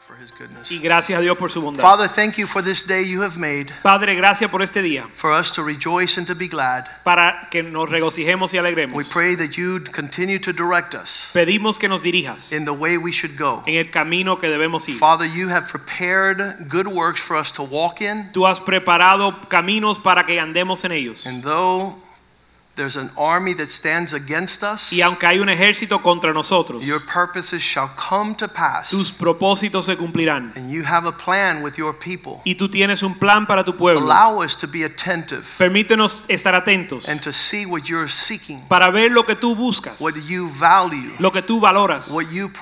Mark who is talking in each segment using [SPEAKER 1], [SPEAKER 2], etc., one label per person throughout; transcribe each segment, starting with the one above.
[SPEAKER 1] for his goodness.
[SPEAKER 2] Y gracias a Dios por su bondad.
[SPEAKER 1] Father, thank you for this day you have made
[SPEAKER 2] Padre, gracias por este día,
[SPEAKER 1] for us to rejoice and to be glad.
[SPEAKER 2] para que nos regocijemos y
[SPEAKER 1] We
[SPEAKER 2] alegremos.
[SPEAKER 1] pray that you'd continue to direct us
[SPEAKER 2] Pedimos que nos dirijas
[SPEAKER 1] in the way we should go.
[SPEAKER 2] en el camino que debemos ir.
[SPEAKER 1] Father, you have prepared good works for us to walk in,
[SPEAKER 2] Tú has preparado caminos para que andemos en ellos.
[SPEAKER 1] and though there's an army that stands against us,
[SPEAKER 2] Y aunque hay un ejército contra nosotros,
[SPEAKER 1] your purposes shall come to
[SPEAKER 2] tus
[SPEAKER 1] pass,
[SPEAKER 2] propósitos se cumplirán.
[SPEAKER 1] and you have a plan with your people.
[SPEAKER 2] Y tú tienes un plan para tu pueblo.
[SPEAKER 1] Allow us to be attentive
[SPEAKER 2] Permítenos estar atentos
[SPEAKER 1] and to see what you're seeking,
[SPEAKER 2] para ver lo que tú buscas,
[SPEAKER 1] what you value,
[SPEAKER 2] lo que tú valoras,
[SPEAKER 1] what you
[SPEAKER 2] lo que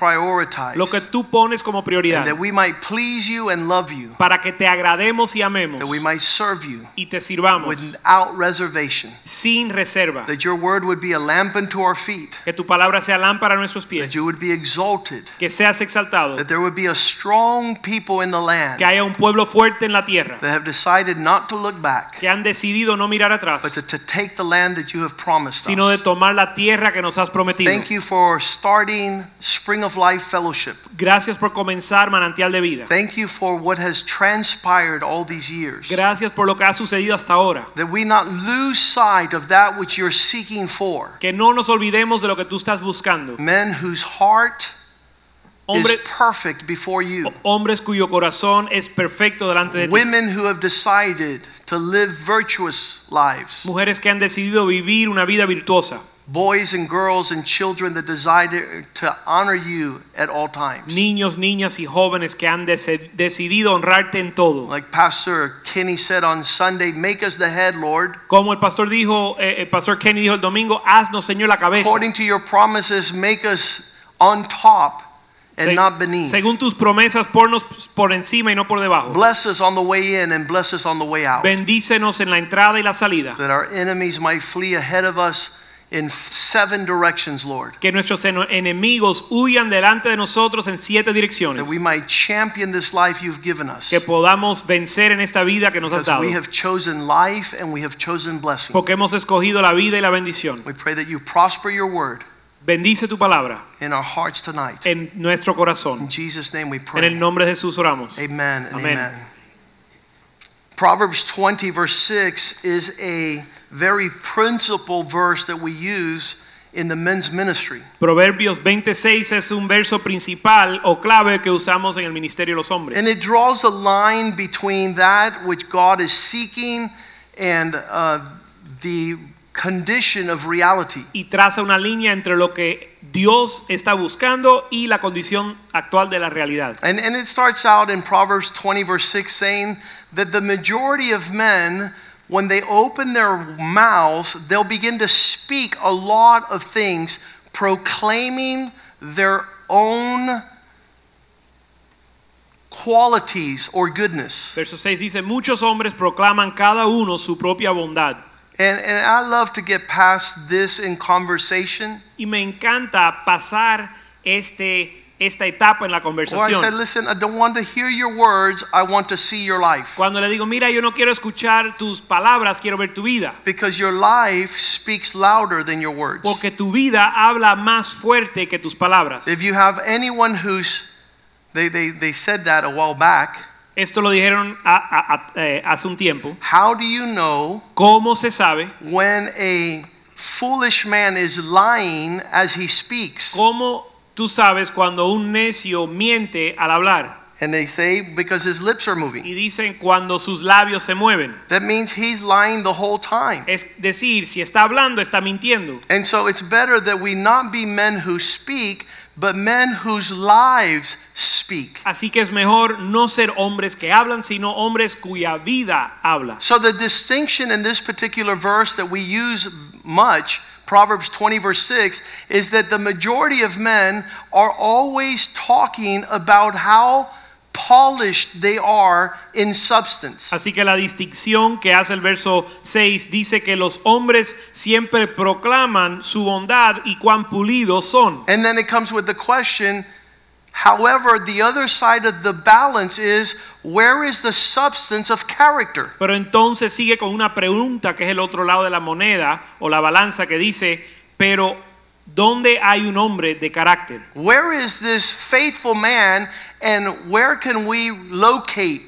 [SPEAKER 1] prioritize.
[SPEAKER 2] tú pones como prioridad,
[SPEAKER 1] and that we might please you and love you,
[SPEAKER 2] para que te agrademos y amemos
[SPEAKER 1] that we might serve you
[SPEAKER 2] y te sirvamos
[SPEAKER 1] without reservation,
[SPEAKER 2] sin reserva.
[SPEAKER 1] that your word would be a lamp unto our feet,
[SPEAKER 2] Que tu palabra sea lámpara a nuestros
[SPEAKER 1] that
[SPEAKER 2] pies.
[SPEAKER 1] you would be exalted,
[SPEAKER 2] Que seas exaltado.
[SPEAKER 1] that there would be a strong people in the land
[SPEAKER 2] Que haya un pueblo fuerte en la tierra.
[SPEAKER 1] that have decided not to look back,
[SPEAKER 2] Que han decidido no mirar
[SPEAKER 1] but
[SPEAKER 2] atrás,
[SPEAKER 1] to, to take the land that you have promised
[SPEAKER 2] sino de
[SPEAKER 1] us.
[SPEAKER 2] tomar la tierra que nos has prometido.
[SPEAKER 1] Thank you for starting Spring of Life Fellowship.
[SPEAKER 2] Gracias por comenzar manantial de vida.
[SPEAKER 1] Thank you for what has transpired all these years.
[SPEAKER 2] Gracias por lo que ha sucedido hasta ahora.
[SPEAKER 1] That we not lose sight of that which you're seeking for.
[SPEAKER 2] Que no nos olvidemos de lo que tú estás buscando.
[SPEAKER 1] Men whose heart
[SPEAKER 2] Hombre-
[SPEAKER 1] is perfect before you.
[SPEAKER 2] hombres cuyo corazón es perfecto delante de ti.
[SPEAKER 1] Women who have decided to live virtuous lives.
[SPEAKER 2] Mujeres que han decidido vivir una vida virtuosa.
[SPEAKER 1] Boys and girls and children that desire to honor you at all times.
[SPEAKER 2] Niños, niñas y jóvenes que han dese- decidido honrarte en todo.
[SPEAKER 1] Like Pastor Kenny said on Sunday, make us the head, Lord.
[SPEAKER 2] Como el pastor dijo, eh, el pastor Kenny dijo el domingo, haznos Señor la cabeza.
[SPEAKER 1] According to your promises, make us on top and
[SPEAKER 2] Se-
[SPEAKER 1] not beneath.
[SPEAKER 2] Según tus promesas, ponnos por encima y no por debajo.
[SPEAKER 1] Bless us on the way in and bless us on the way out.
[SPEAKER 2] Bendícenos en la entrada y la salida.
[SPEAKER 1] That our enemies might flee ahead of us in seven directions, Lord.
[SPEAKER 2] Que nuestros eno- enemigos huyan delante de nosotros en siete direcciones.
[SPEAKER 1] That we might champion this life you've given us.
[SPEAKER 2] Que podamos vencer en esta vida que nos has
[SPEAKER 1] Because
[SPEAKER 2] dado.
[SPEAKER 1] we have chosen life and we have chosen blessing.
[SPEAKER 2] Porque hemos escogido la vida y la bendición.
[SPEAKER 1] We pray that you prosper your word
[SPEAKER 2] Bendice tu palabra
[SPEAKER 1] in our hearts tonight.
[SPEAKER 2] en nuestro
[SPEAKER 1] In
[SPEAKER 2] corazón.
[SPEAKER 1] Jesus' name we
[SPEAKER 2] En el
[SPEAKER 1] pray.
[SPEAKER 2] nombre de Jesús oramos.
[SPEAKER 1] Amen and
[SPEAKER 2] Amen.
[SPEAKER 1] amen. Proverbs 20, verse 6 is a very principal verse that we use in the men's ministry.
[SPEAKER 2] Proverbios 26 es un verso principal o clave que usamos en el ministerio de los hombres.
[SPEAKER 1] And it draws a line between that which God is seeking and uh, the condition of reality.
[SPEAKER 2] y traza una línea entre lo que Dios está buscando y la condición actual de la realidad.
[SPEAKER 1] And, and it starts out in Proverbs 20, verse 6, saying that the majority of men, when they open their mouths, they'll begin to speak a lot of things, proclaiming their own qualities or goodness.
[SPEAKER 2] Verso 6 dice, muchos hombres proclaman cada uno su propia bondad.
[SPEAKER 1] And, and I love to get past this in conversation.
[SPEAKER 2] Y me encanta pasar este, esta etapa en la
[SPEAKER 1] Or I said,
[SPEAKER 2] conversación.
[SPEAKER 1] listen, I don't want to hear your words, I want to see your life.
[SPEAKER 2] Cuando le digo, mira, yo no quiero escuchar tus palabras, quiero ver tu vida.
[SPEAKER 1] Because your life speaks louder than your words.
[SPEAKER 2] Porque tu vida habla más fuerte que tus palabras.
[SPEAKER 1] If you have anyone who's, they, they, they said that a while back,
[SPEAKER 2] Esto lo dijeron a- a- a- eh, hace un tiempo.
[SPEAKER 1] how do you know
[SPEAKER 2] ¿Cómo se sabe?
[SPEAKER 1] when a foolish man is lying as he speaks?
[SPEAKER 2] ¿Cómo tú sabes cuando un necio miente al hablar?
[SPEAKER 1] And they say, because his lips are moving.
[SPEAKER 2] y dicen cuando sus labios se mueven.
[SPEAKER 1] That means he's lying the whole time.
[SPEAKER 2] Es decir, si está hablando, está mintiendo.
[SPEAKER 1] And so it's better that we not be men who speak, but men whose lives speak.
[SPEAKER 2] Así que es mejor no ser hombres que hablan, sino hombres cuya vida habla.
[SPEAKER 1] So the distinction in this particular verse that we use much, Proverbs 20, verse 6, is that the majority of men are always talking about how polished they are in substance.
[SPEAKER 2] Así que la distinción que hace el verso 6 dice que los hombres siempre proclaman su bondad y cuán pulidos son.
[SPEAKER 1] And then it comes with the question however, the other side of the balance is where is the substance of character?
[SPEAKER 2] Pero entonces sigue con una pregunta que es el otro lado de la moneda o la balanza que dice, pero ¿dónde hay un hombre de carácter?
[SPEAKER 1] Where is this faithful man and where can we locate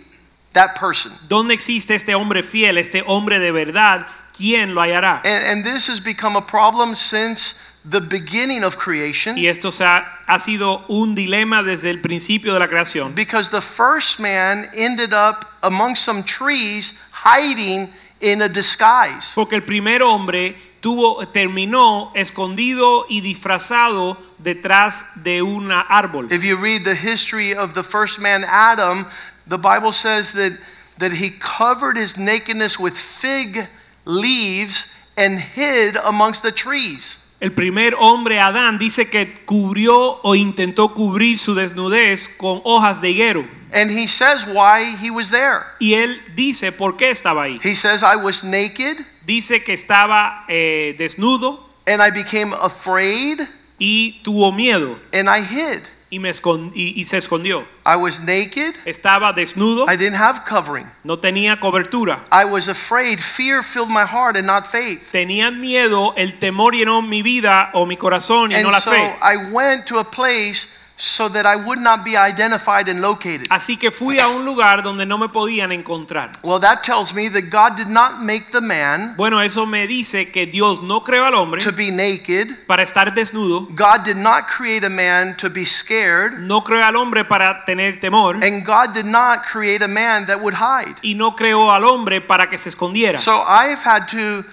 [SPEAKER 1] that person?
[SPEAKER 2] ¿Dónde existe este hombre fiel, este hombre de verdad? ¿Quién lo hallará?
[SPEAKER 1] And, and this has become a problem since the beginning of creation
[SPEAKER 2] Y esto se ha, ha sido un dilema desde el principio de la creación.
[SPEAKER 1] because the first man ended up among some trees hiding in a disguise.
[SPEAKER 2] Porque el primer hombre tuvo, terminó escondido y disfrazado detrás de un árbol.
[SPEAKER 1] If you read the history of the first man, Adam, the Bible says that, that he covered his nakedness with fig leaves and hid amongst the trees.
[SPEAKER 2] El primer hombre, Adán, dice que cubrió o intentó cubrir su desnudez con hojas de higuero.
[SPEAKER 1] And he says why he was there.
[SPEAKER 2] Y él dice por qué estaba ahí.
[SPEAKER 1] He says, I was naked
[SPEAKER 2] Dice que estaba eh, desnudo
[SPEAKER 1] and I became afraid
[SPEAKER 2] y tuvo miedo
[SPEAKER 1] and I hid.
[SPEAKER 2] y, me escon- y- y se escondió.
[SPEAKER 1] I was naked,
[SPEAKER 2] Estaba desnudo,
[SPEAKER 1] I didn't have covering.
[SPEAKER 2] no tenía cobertura.
[SPEAKER 1] I was afraid, fear filled my heart and not faith.
[SPEAKER 2] Tenía miedo, el temor llenó mi vida o mi corazón y
[SPEAKER 1] And
[SPEAKER 2] no la
[SPEAKER 1] so
[SPEAKER 2] fe.
[SPEAKER 1] I went to a place so that I would not be identified and located.
[SPEAKER 2] Así que fui a un lugar donde no me podían encontrar.
[SPEAKER 1] Well, that tells me that God did not make the man
[SPEAKER 2] Bueno, eso me dice que Dios no creó al hombre
[SPEAKER 1] to be naked.
[SPEAKER 2] para estar desnudo,
[SPEAKER 1] God did not create a man to be scared.
[SPEAKER 2] no creó al hombre para tener temor
[SPEAKER 1] And God did not create a man that would hide.
[SPEAKER 2] y no creó al hombre para que se escondiera.
[SPEAKER 1] So I've had to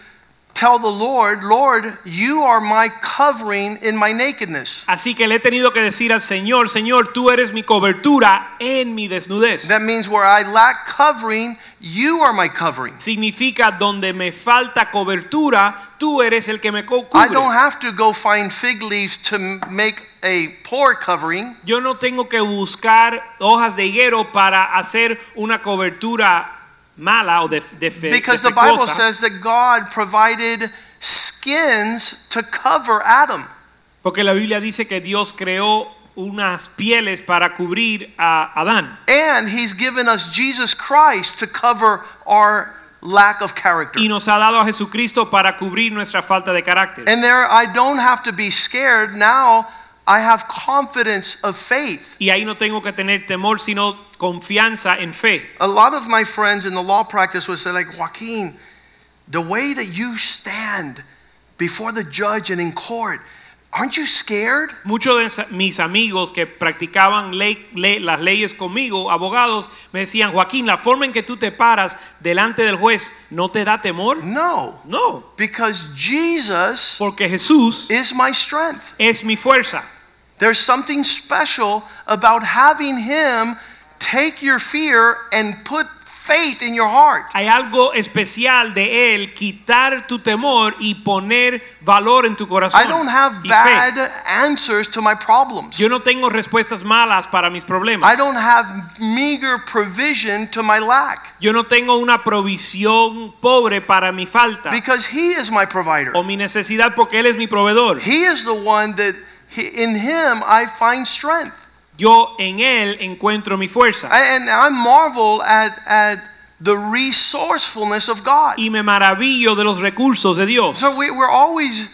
[SPEAKER 1] tell the Lord, Lord, you are my covering in my nakedness.
[SPEAKER 2] Así que le he tenido que decir al Señor, Señor, tú eres mi cobertura en mi desnudez.
[SPEAKER 1] That means where I lack covering, you are my covering.
[SPEAKER 2] Significa donde me falta cobertura, tú eres el que me co-
[SPEAKER 1] I don't
[SPEAKER 2] cubre.
[SPEAKER 1] have to go find fig leaves to m- make a poor covering.
[SPEAKER 2] Yo no tengo que buscar hojas de higuero para hacer una cobertura mala o de, de, de
[SPEAKER 1] Because the Bible
[SPEAKER 2] defectuosa.
[SPEAKER 1] says that God provided skins to cover Adam.
[SPEAKER 2] Porque la Biblia dice que Dios creó unas pieles para cubrir a Adán
[SPEAKER 1] And he's given us Jesus Christ to cover our lack of character.
[SPEAKER 2] y nos ha dado a Jesucristo para cubrir nuestra falta de carácter.
[SPEAKER 1] And there I don't have to be scared. Now I have confidence of faith.
[SPEAKER 2] Y ahí no tengo que tener temor, sino confianza en fe.
[SPEAKER 1] A lot of my friends in the law practice would say, like, Joaquin, the way that you stand before the judge and in court, aren't you scared?
[SPEAKER 2] Muchos de esa- mis amigos que practicaban ley- le- las leyes conmigo, abogados, me decían, Joaquín, la forma en que tú te paras delante del juez, ¿no te da temor?
[SPEAKER 1] No,
[SPEAKER 2] No,
[SPEAKER 1] because Jesus
[SPEAKER 2] porque Jesús
[SPEAKER 1] is my strength.
[SPEAKER 2] es mi fuerza.
[SPEAKER 1] There's something special about having him take your fear and put faith in your heart.
[SPEAKER 2] Hay algo especial de él quitar tu temor y poner valor en tu corazón.
[SPEAKER 1] I don't have
[SPEAKER 2] y fe.
[SPEAKER 1] bad answers to my problems.
[SPEAKER 2] Yo no tengo respuestas malas para mis problemas.
[SPEAKER 1] I don't have meager provision to my lack
[SPEAKER 2] Yo no tengo una provisión pobre para mi falta
[SPEAKER 1] because he is my provider.
[SPEAKER 2] o mi necesidad porque él es mi proveedor.
[SPEAKER 1] He is the one that he- in him I find strength.
[SPEAKER 2] Yo en él encuentro mi fuerza
[SPEAKER 1] And I marvel at at the resourcefulness of God.
[SPEAKER 2] y me maravillo de los recursos de Dios.
[SPEAKER 1] So we, we're always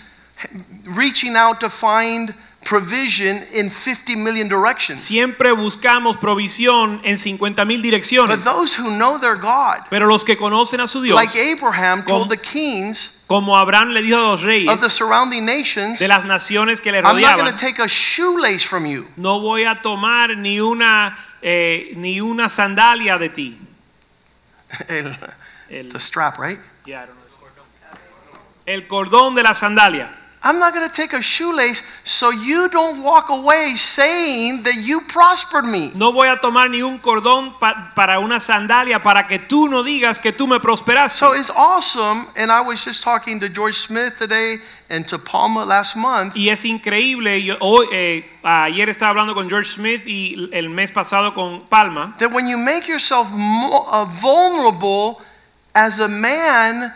[SPEAKER 1] reaching out to find provision in 50 million directions.
[SPEAKER 2] Siempre buscamos provisión en 50 mil
[SPEAKER 1] But
[SPEAKER 2] direcciones,
[SPEAKER 1] those who know their God,
[SPEAKER 2] pero los que conocen a su Dios,
[SPEAKER 1] like Abraham told
[SPEAKER 2] Como-
[SPEAKER 1] the kings
[SPEAKER 2] como Abraham le dijo a los
[SPEAKER 1] of the
[SPEAKER 2] reyes
[SPEAKER 1] surrounding nations,
[SPEAKER 2] de las naciones que le
[SPEAKER 1] I'm not going
[SPEAKER 2] rodeaban,
[SPEAKER 1] to take a shoelace from you.
[SPEAKER 2] no voy a tomar ni una eh, ni una sandalia de ti.
[SPEAKER 1] El-
[SPEAKER 2] El,
[SPEAKER 1] the strap, right?
[SPEAKER 2] yeah, I don't know. El cordón de la sandalia.
[SPEAKER 1] I'm not going to take a shoelace so you don't walk away saying that you prospered me.
[SPEAKER 2] No voy a tomar ni un cordón pa- para una sandalia para que tú no digas que tú me prosperaste.
[SPEAKER 1] So it's awesome. And I was just talking to George Smith today and to Palma last month.
[SPEAKER 2] y es increíble, yo- hoy, eh, ayer estaba hablando con George Smith y el mes pasado con Palma,
[SPEAKER 1] that when you make yourself mo- uh, vulnerable as a man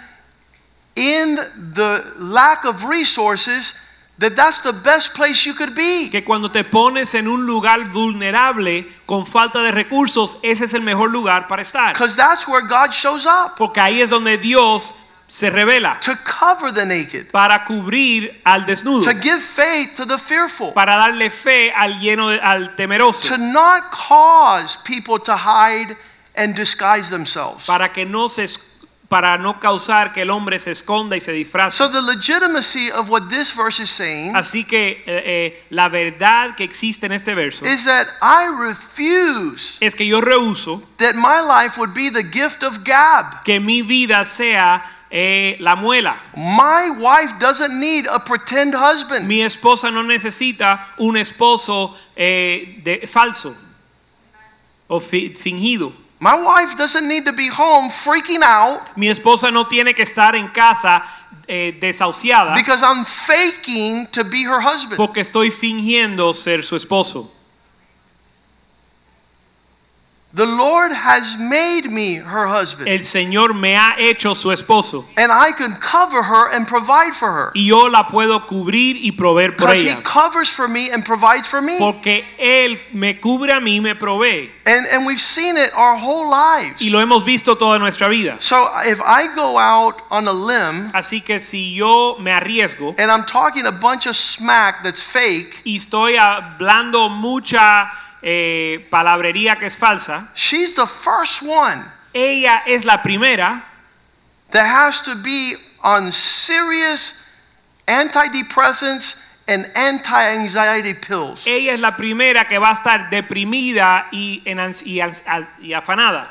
[SPEAKER 1] in the lack of resources that that's the best place you could be
[SPEAKER 2] que cuando te pones en un lugar vulnerable con falta de recursos, ese es el mejor lugar para estar.
[SPEAKER 1] because that's where god shows up
[SPEAKER 2] Porque ahí es donde Dios se revela
[SPEAKER 1] to cover the naked
[SPEAKER 2] para cubrir al desnudo,
[SPEAKER 1] to give faith to the fearful
[SPEAKER 2] para darle fe al lleno de- al temeroso,
[SPEAKER 1] to not cause people to hide and disguise themselves
[SPEAKER 2] para que no se es- para no causar que el hombre se esconda y se disfrace.
[SPEAKER 1] so the legitimacy of what this verse is saying
[SPEAKER 2] Así que eh, eh, la verdad que existe en este verso
[SPEAKER 1] is that i refuse
[SPEAKER 2] es que yo rehuso
[SPEAKER 1] that my life would be the gift of gab
[SPEAKER 2] que mi vida sea eh, la muela.
[SPEAKER 1] My wife doesn't need a pretend husband.
[SPEAKER 2] Mi esposa no necesita un esposo eh, de- falso o fi- fingido.
[SPEAKER 1] My wife doesn't need to be home freaking out
[SPEAKER 2] Mi esposa no tiene que estar en casa eh, desahuciada
[SPEAKER 1] because I'm faking to be her husband.
[SPEAKER 2] porque estoy fingiendo ser su esposo.
[SPEAKER 1] The Lord has made me her husband,
[SPEAKER 2] El Señor me ha hecho su esposo
[SPEAKER 1] and I can cover her and provide for her
[SPEAKER 2] y yo la puedo cubrir y proveer por
[SPEAKER 1] because He
[SPEAKER 2] ella.
[SPEAKER 1] covers for me and provides for me.
[SPEAKER 2] Porque Él me cubre a mí y me provee.
[SPEAKER 1] And, and we've seen it our whole lives.
[SPEAKER 2] Y lo hemos visto toda nuestra vida.
[SPEAKER 1] So uh, if I go out on a limb
[SPEAKER 2] Así que si yo me arriesgo
[SPEAKER 1] and I'm talking a bunch of smack that's fake,
[SPEAKER 2] y estoy hablando mucha eh, palabrería que es falsa,
[SPEAKER 1] she's the first one
[SPEAKER 2] ella es la primera
[SPEAKER 1] that has to be on serious antidepressants and anti-anxiety pills.
[SPEAKER 2] ella es la primera que va a estar deprimida y, en ans- y ans- al- y afanada,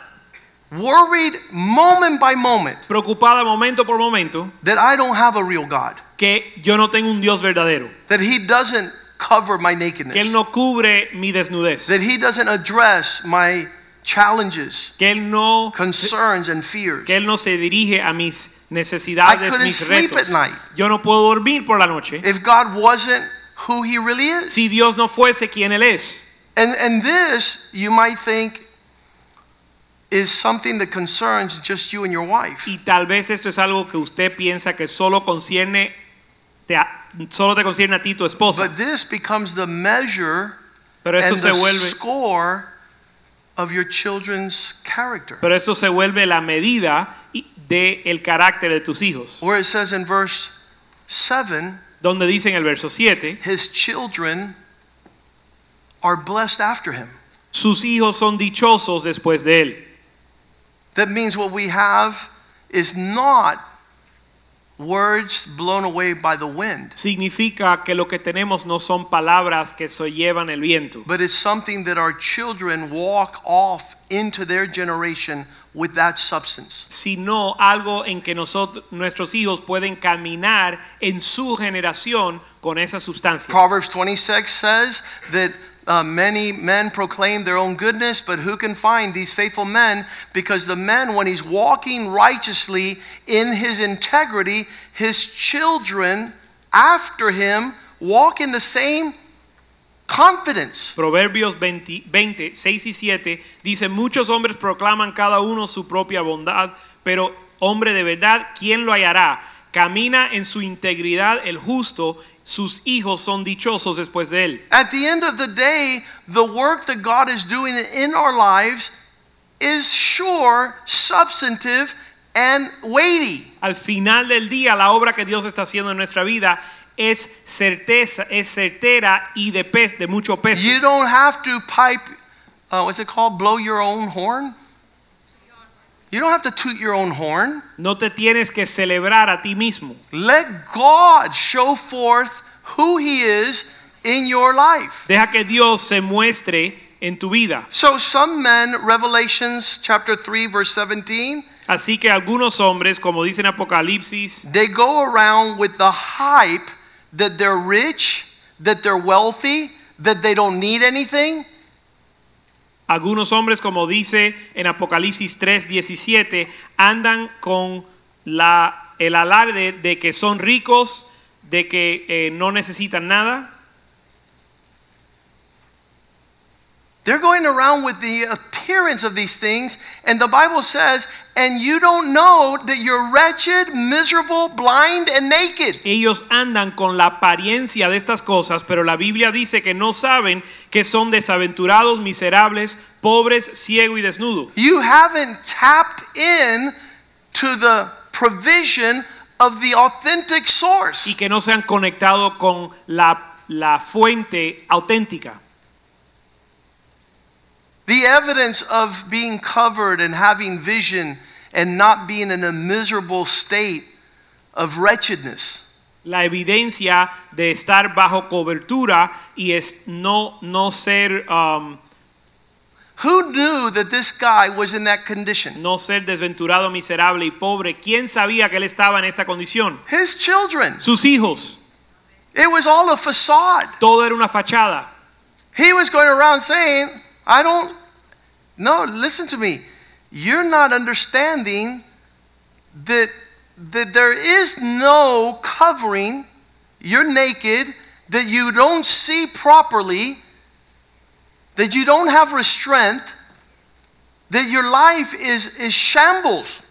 [SPEAKER 1] Worried moment by moment
[SPEAKER 2] preocupada momento por momento
[SPEAKER 1] that I don't have a real God,
[SPEAKER 2] que yo no tengo un Dios verdadero,
[SPEAKER 1] that He doesn't cover my
[SPEAKER 2] que Él
[SPEAKER 1] nakedness,
[SPEAKER 2] no cubre mi desnudez,
[SPEAKER 1] that He doesn't address my challenges,
[SPEAKER 2] que Él no,
[SPEAKER 1] concerns, and fears.
[SPEAKER 2] que él no se dirige a mis
[SPEAKER 1] I
[SPEAKER 2] necesidades,
[SPEAKER 1] couldn't
[SPEAKER 2] mis
[SPEAKER 1] sleep
[SPEAKER 2] retos.
[SPEAKER 1] at night
[SPEAKER 2] Yo no puedo dormir por la noche
[SPEAKER 1] if God wasn't who He really is.
[SPEAKER 2] si Dios no fuese quien Él es.
[SPEAKER 1] And, and this, you might think, is something that concerns just you and your wife.
[SPEAKER 2] Y tal vez esto es algo que usted piensa que solo concierne te a- solo te concierne a ti tu esposa,
[SPEAKER 1] But this becomes the measure
[SPEAKER 2] pero esto
[SPEAKER 1] and
[SPEAKER 2] se
[SPEAKER 1] the
[SPEAKER 2] vuelve
[SPEAKER 1] score of your children's character.
[SPEAKER 2] pero esto se vuelve la medida y- de el carácter de tus hijos,
[SPEAKER 1] Where it says in verse 7,
[SPEAKER 2] donde dice en el verso 7,
[SPEAKER 1] his children are blessed after him.
[SPEAKER 2] sus hijos son dichosos después de él.
[SPEAKER 1] That means what we have is not words blown away by the wind,
[SPEAKER 2] Significa que lo que tenemos no son palabras que se llevan el viento,
[SPEAKER 1] but it's something that our children walk off into their generation with that substance.
[SPEAKER 2] sino algo en que nosotros nuestros hijos pueden caminar en su generación con esa sustancia.
[SPEAKER 1] Proverbs 26 says that uh, many men proclaim their own goodness, but who can find these faithful men? Because the man, when he's walking righteously in his integrity, his children after him walk in the same confidence.
[SPEAKER 2] Proverbios 20, 20, 6 y 7 dice, muchos hombres proclaman cada uno su propia bondad, pero hombre de verdad, ¿quién lo hallará? Camina en su integridad el justo, sus hijos son dichosos después de él.
[SPEAKER 1] At the end of the day, the work that God is doing in our lives is sure, substantive, and weighty.
[SPEAKER 2] Al final del día, la obra que Dios está haciendo en nuestra vida es certeza, es certera y de, pes- de mucho peso.
[SPEAKER 1] You don't have to pipe, uh, what's it called? Blow your own horn? You don't have to toot your own horn.
[SPEAKER 2] No te tienes que celebrar a ti mismo.
[SPEAKER 1] Let God show forth who He is in your life.
[SPEAKER 2] Deja que Dios se muestre en tu vida.
[SPEAKER 1] So, some men, Revelations chapter 3, verse 17,
[SPEAKER 2] Así que algunos hombres, como dice en Apocalipsis,
[SPEAKER 1] they go around with the hype that they're rich, that they're wealthy, that they don't need anything.
[SPEAKER 2] Algunos hombres, como dice en Apocalipsis 3:17, andan con la, el alarde de que son ricos, de que eh, no necesitan nada.
[SPEAKER 1] They're going around with the appearance of these things, and the Bible says, and you don't know that you're wretched, miserable, blind, and naked.
[SPEAKER 2] Ellos andan con la apariencia de estas cosas, pero la Biblia dice que no saben que son desaventurados, miserables, pobres, ciego y desnudo.
[SPEAKER 1] You haven't tapped in to the provision of the authentic
[SPEAKER 2] Y
[SPEAKER 1] source.
[SPEAKER 2] que no se han conectado con la, la fuente auténtica.
[SPEAKER 1] The evidence of being covered and having vision and not being in a miserable state of wretchedness.
[SPEAKER 2] La evidencia de estar bajo cobertura y es no, no ser... um,
[SPEAKER 1] Who knew that this guy was in that condition?
[SPEAKER 2] no ser desventurado, miserable y pobre. ¿Quién sabía que él estaba en esta condición?
[SPEAKER 1] His children.
[SPEAKER 2] Sus hijos.
[SPEAKER 1] It was all a facade.
[SPEAKER 2] Todo era una fachada.
[SPEAKER 1] He was going around saying, I don't, no, listen to me. You're not understanding that, that there is no covering. You're naked, that you don't see properly, that you don't have restraint, that your life is, is shambles.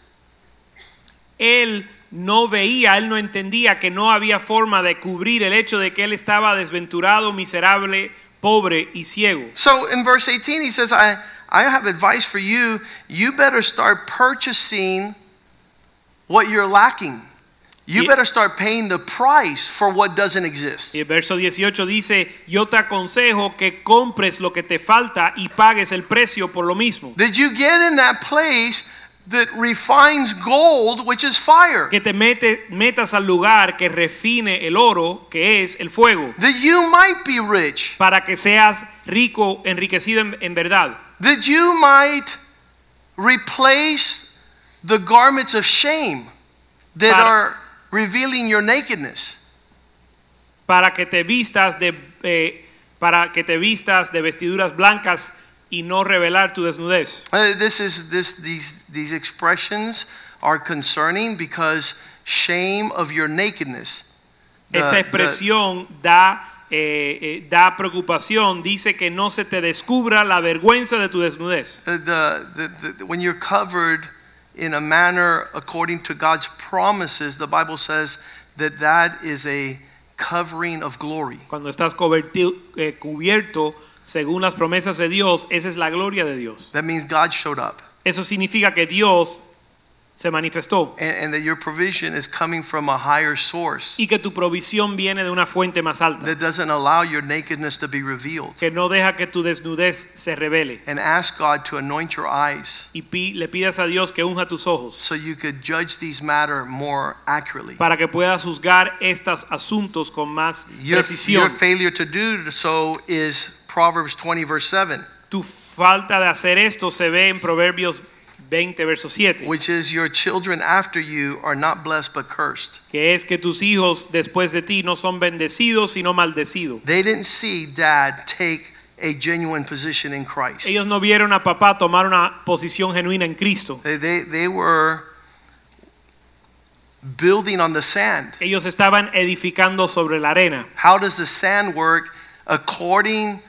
[SPEAKER 2] Él no veía, él no entendía que no había forma de cubrir el hecho de que él estaba desventurado, miserable, pobre y ciego.
[SPEAKER 1] So in verse 18, he says, I, I have advice for you. You better start purchasing what you're lacking. You
[SPEAKER 2] Ye-
[SPEAKER 1] better start paying the price for what doesn't exist.
[SPEAKER 2] Y el verso 18 dice, yo te aconsejo que compres lo que te falta y pagues el precio por lo mismo.
[SPEAKER 1] Did you get in that place that refines gold, which is fire?
[SPEAKER 2] Que te mete- metas al lugar que refine el oro, que es el fuego.
[SPEAKER 1] That you might be rich,
[SPEAKER 2] para que seas rico, enriquecido en, en verdad,
[SPEAKER 1] that you might replace the garments of shame that
[SPEAKER 2] Para-
[SPEAKER 1] are revealing your nakedness.
[SPEAKER 2] para que te vistas de eh, para que te vistas de vestiduras blancas y no revelar tu desnudez.
[SPEAKER 1] Uh, this is this these these expressions are concerning because shame of your nakedness. The-
[SPEAKER 2] Esta
[SPEAKER 1] the-
[SPEAKER 2] expresión da eh, eh, da preocupación, dice que no se te descubra la vergüenza de tu desnudez.
[SPEAKER 1] uh, the, the, the- when you're covered in a manner according to God's promises, the Bible says that that is a covering of glory.
[SPEAKER 2] Cuando estás coberti- eh, cubierto según las promesas de Dios, esa es la gloria de Dios.
[SPEAKER 1] That means God showed up,
[SPEAKER 2] Eso significa que Dios se manifestó
[SPEAKER 1] and, and that your provision is coming from a higher source
[SPEAKER 2] y que tu provisión viene de una fuente más alta.
[SPEAKER 1] that doesn't allow your nakedness to be revealed.
[SPEAKER 2] que no deja que tu desnudez se revele
[SPEAKER 1] And ask God to anoint your eyes
[SPEAKER 2] y pi- le pidas a Dios que unja tus ojos
[SPEAKER 1] so you could judge these matter more accurately.
[SPEAKER 2] para que puedas juzgar estos asuntos con más
[SPEAKER 1] Your, your
[SPEAKER 2] precisión.
[SPEAKER 1] failure to do so is Proverbs 20, verse 7,
[SPEAKER 2] Tu falta de hacer esto se ve en Proverbios 20, verso 7,
[SPEAKER 1] which is Your children after you are not blessed but cursed.
[SPEAKER 2] que es que tus hijos después de ti no son bendecidos sino maldecidos.
[SPEAKER 1] They didn't see dad take a genuine position in Christ.
[SPEAKER 2] Ellos no vieron a papá tomar una posición genuina en Cristo.
[SPEAKER 1] They, they, they were building on the sand.
[SPEAKER 2] Ellos estaban edificando sobre la arena.
[SPEAKER 1] How does the sand work? According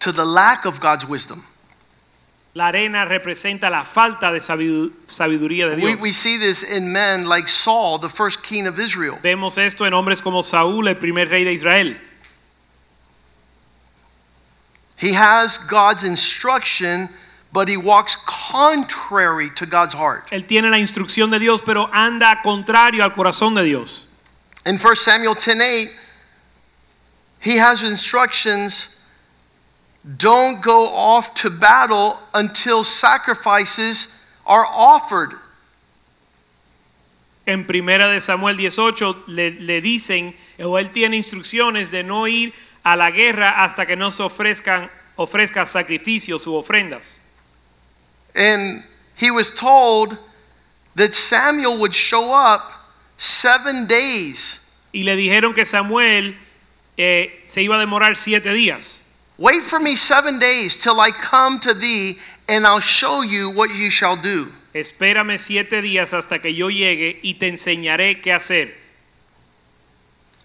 [SPEAKER 1] to the lack of God's wisdom.
[SPEAKER 2] La arena representa la falta de sabidu- sabiduría de
[SPEAKER 1] We,
[SPEAKER 2] Dios.
[SPEAKER 1] we see this in men like Saul, the first king of Israel.
[SPEAKER 2] Vemos esto en hombres como Saúl, el primer rey de Israel.
[SPEAKER 1] He has God's instruction, but he walks contrary to God's heart.
[SPEAKER 2] Él tiene la instrucción de Dios, pero anda contrario al corazón de Dios.
[SPEAKER 1] In 1 Samuel 10:8, he has instructions don't go off to battle until sacrifices are offered.
[SPEAKER 2] En primera de Samuel 18 le, le dicen, o él tiene instrucciones de no ir a la guerra hasta que no se ofrezcan ofrezca sacrificios u ofrendas.
[SPEAKER 1] And he was told that Samuel would show up 7 days
[SPEAKER 2] y le dijeron que Samuel eh, se iba a demorar siete días.
[SPEAKER 1] Wait for me seven days till I come to thee, and I'll show you what you shall do.
[SPEAKER 2] Espérame siete días hasta que yo llegue y te enseñaré qué hacer.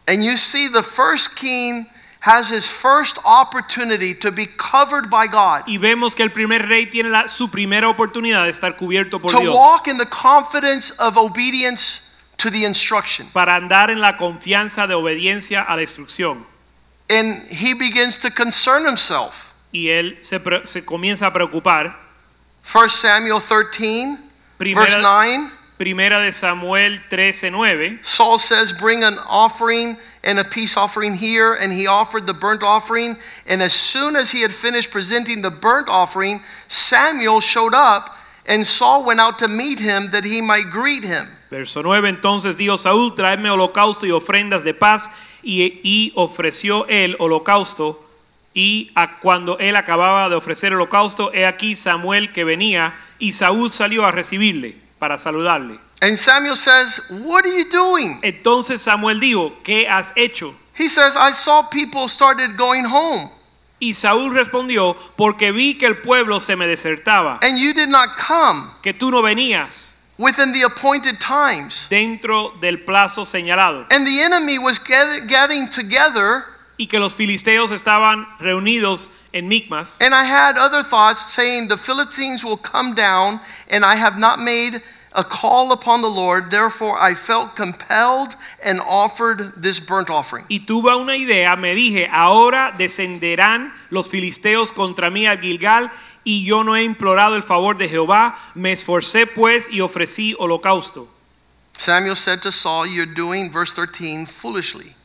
[SPEAKER 1] And you see, the first king has his first opportunity to be covered by God,
[SPEAKER 2] Y vemos que el primer rey tiene la- su primera oportunidad de estar cubierto por
[SPEAKER 1] to
[SPEAKER 2] Dios
[SPEAKER 1] walk in the confidence of obedience to the instruction.
[SPEAKER 2] para andar en la confianza de obediencia a la instrucción.
[SPEAKER 1] And he begins to concern himself.
[SPEAKER 2] Y él se, pre- se comienza a preocupar.
[SPEAKER 1] 1 Samuel 13, verse
[SPEAKER 2] Primera,
[SPEAKER 1] 9.
[SPEAKER 2] primera de Samuel 13:9.
[SPEAKER 1] Saul says, Bring an offering and a peace offering here. And he offered the burnt offering. And as soon as he had finished presenting the burnt offering, Samuel showed up, and Saul went out to meet him that he might greet him.
[SPEAKER 2] Verso 9, entonces dijo Saúl, traedme holocausto y ofrendas de paz, y, y ofreció él holocausto, y a- cuando él acababa de ofrecer holocausto, he aquí Samuel que venía, y Saúl salió a recibirle para saludarle.
[SPEAKER 1] And Samuel says, What are you doing?
[SPEAKER 2] Entonces Samuel dijo, ¿qué has hecho?
[SPEAKER 1] He says, I saw people started going home,
[SPEAKER 2] Y Saúl respondió, porque vi que el pueblo se me desertaba,
[SPEAKER 1] and you did not come
[SPEAKER 2] que tú no venías
[SPEAKER 1] within the appointed times.
[SPEAKER 2] dentro del plazo señalado,
[SPEAKER 1] And the enemy was gather- getting together,
[SPEAKER 2] y que los filisteos estaban reunidos en Micmas.
[SPEAKER 1] And I had other thoughts saying, The Philistines will come down, and I have not made a call upon the Lord. Therefore, I felt compelled and offered this burnt offering.
[SPEAKER 2] Y tuve una idea, me dije, ahora descenderán los filisteos contra mí al Gilgal, y yo no he implorado el favor de Jehová, me esforcé pues y ofrecí holocausto.
[SPEAKER 1] Samuel said to Saul, You're doing, verse 13, foolishly.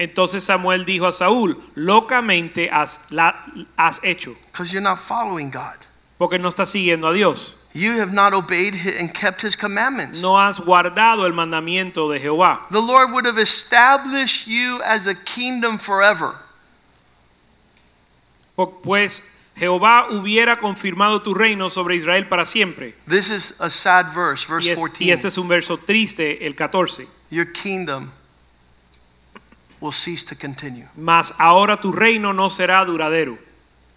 [SPEAKER 2] Entonces Samuel dijo a Saúl, locamente has, la- has hecho,
[SPEAKER 1] Because you're not following God.
[SPEAKER 2] porque no estás siguiendo a Dios,
[SPEAKER 1] You have not obeyed hi- and kept his commandments.
[SPEAKER 2] no has guardado el mandamiento de Jehová.
[SPEAKER 1] The Lord would have established you as a kingdom forever.
[SPEAKER 2] Po- Pues Jehová hubiera confirmado tu reino sobre Israel para siempre.
[SPEAKER 1] This is a sad verse, verse
[SPEAKER 2] Y, es- y
[SPEAKER 1] 14.
[SPEAKER 2] este es un verso triste, el 14.
[SPEAKER 1] Your kingdom will cease to continue.
[SPEAKER 2] Mas ahora tu reino no será duradero.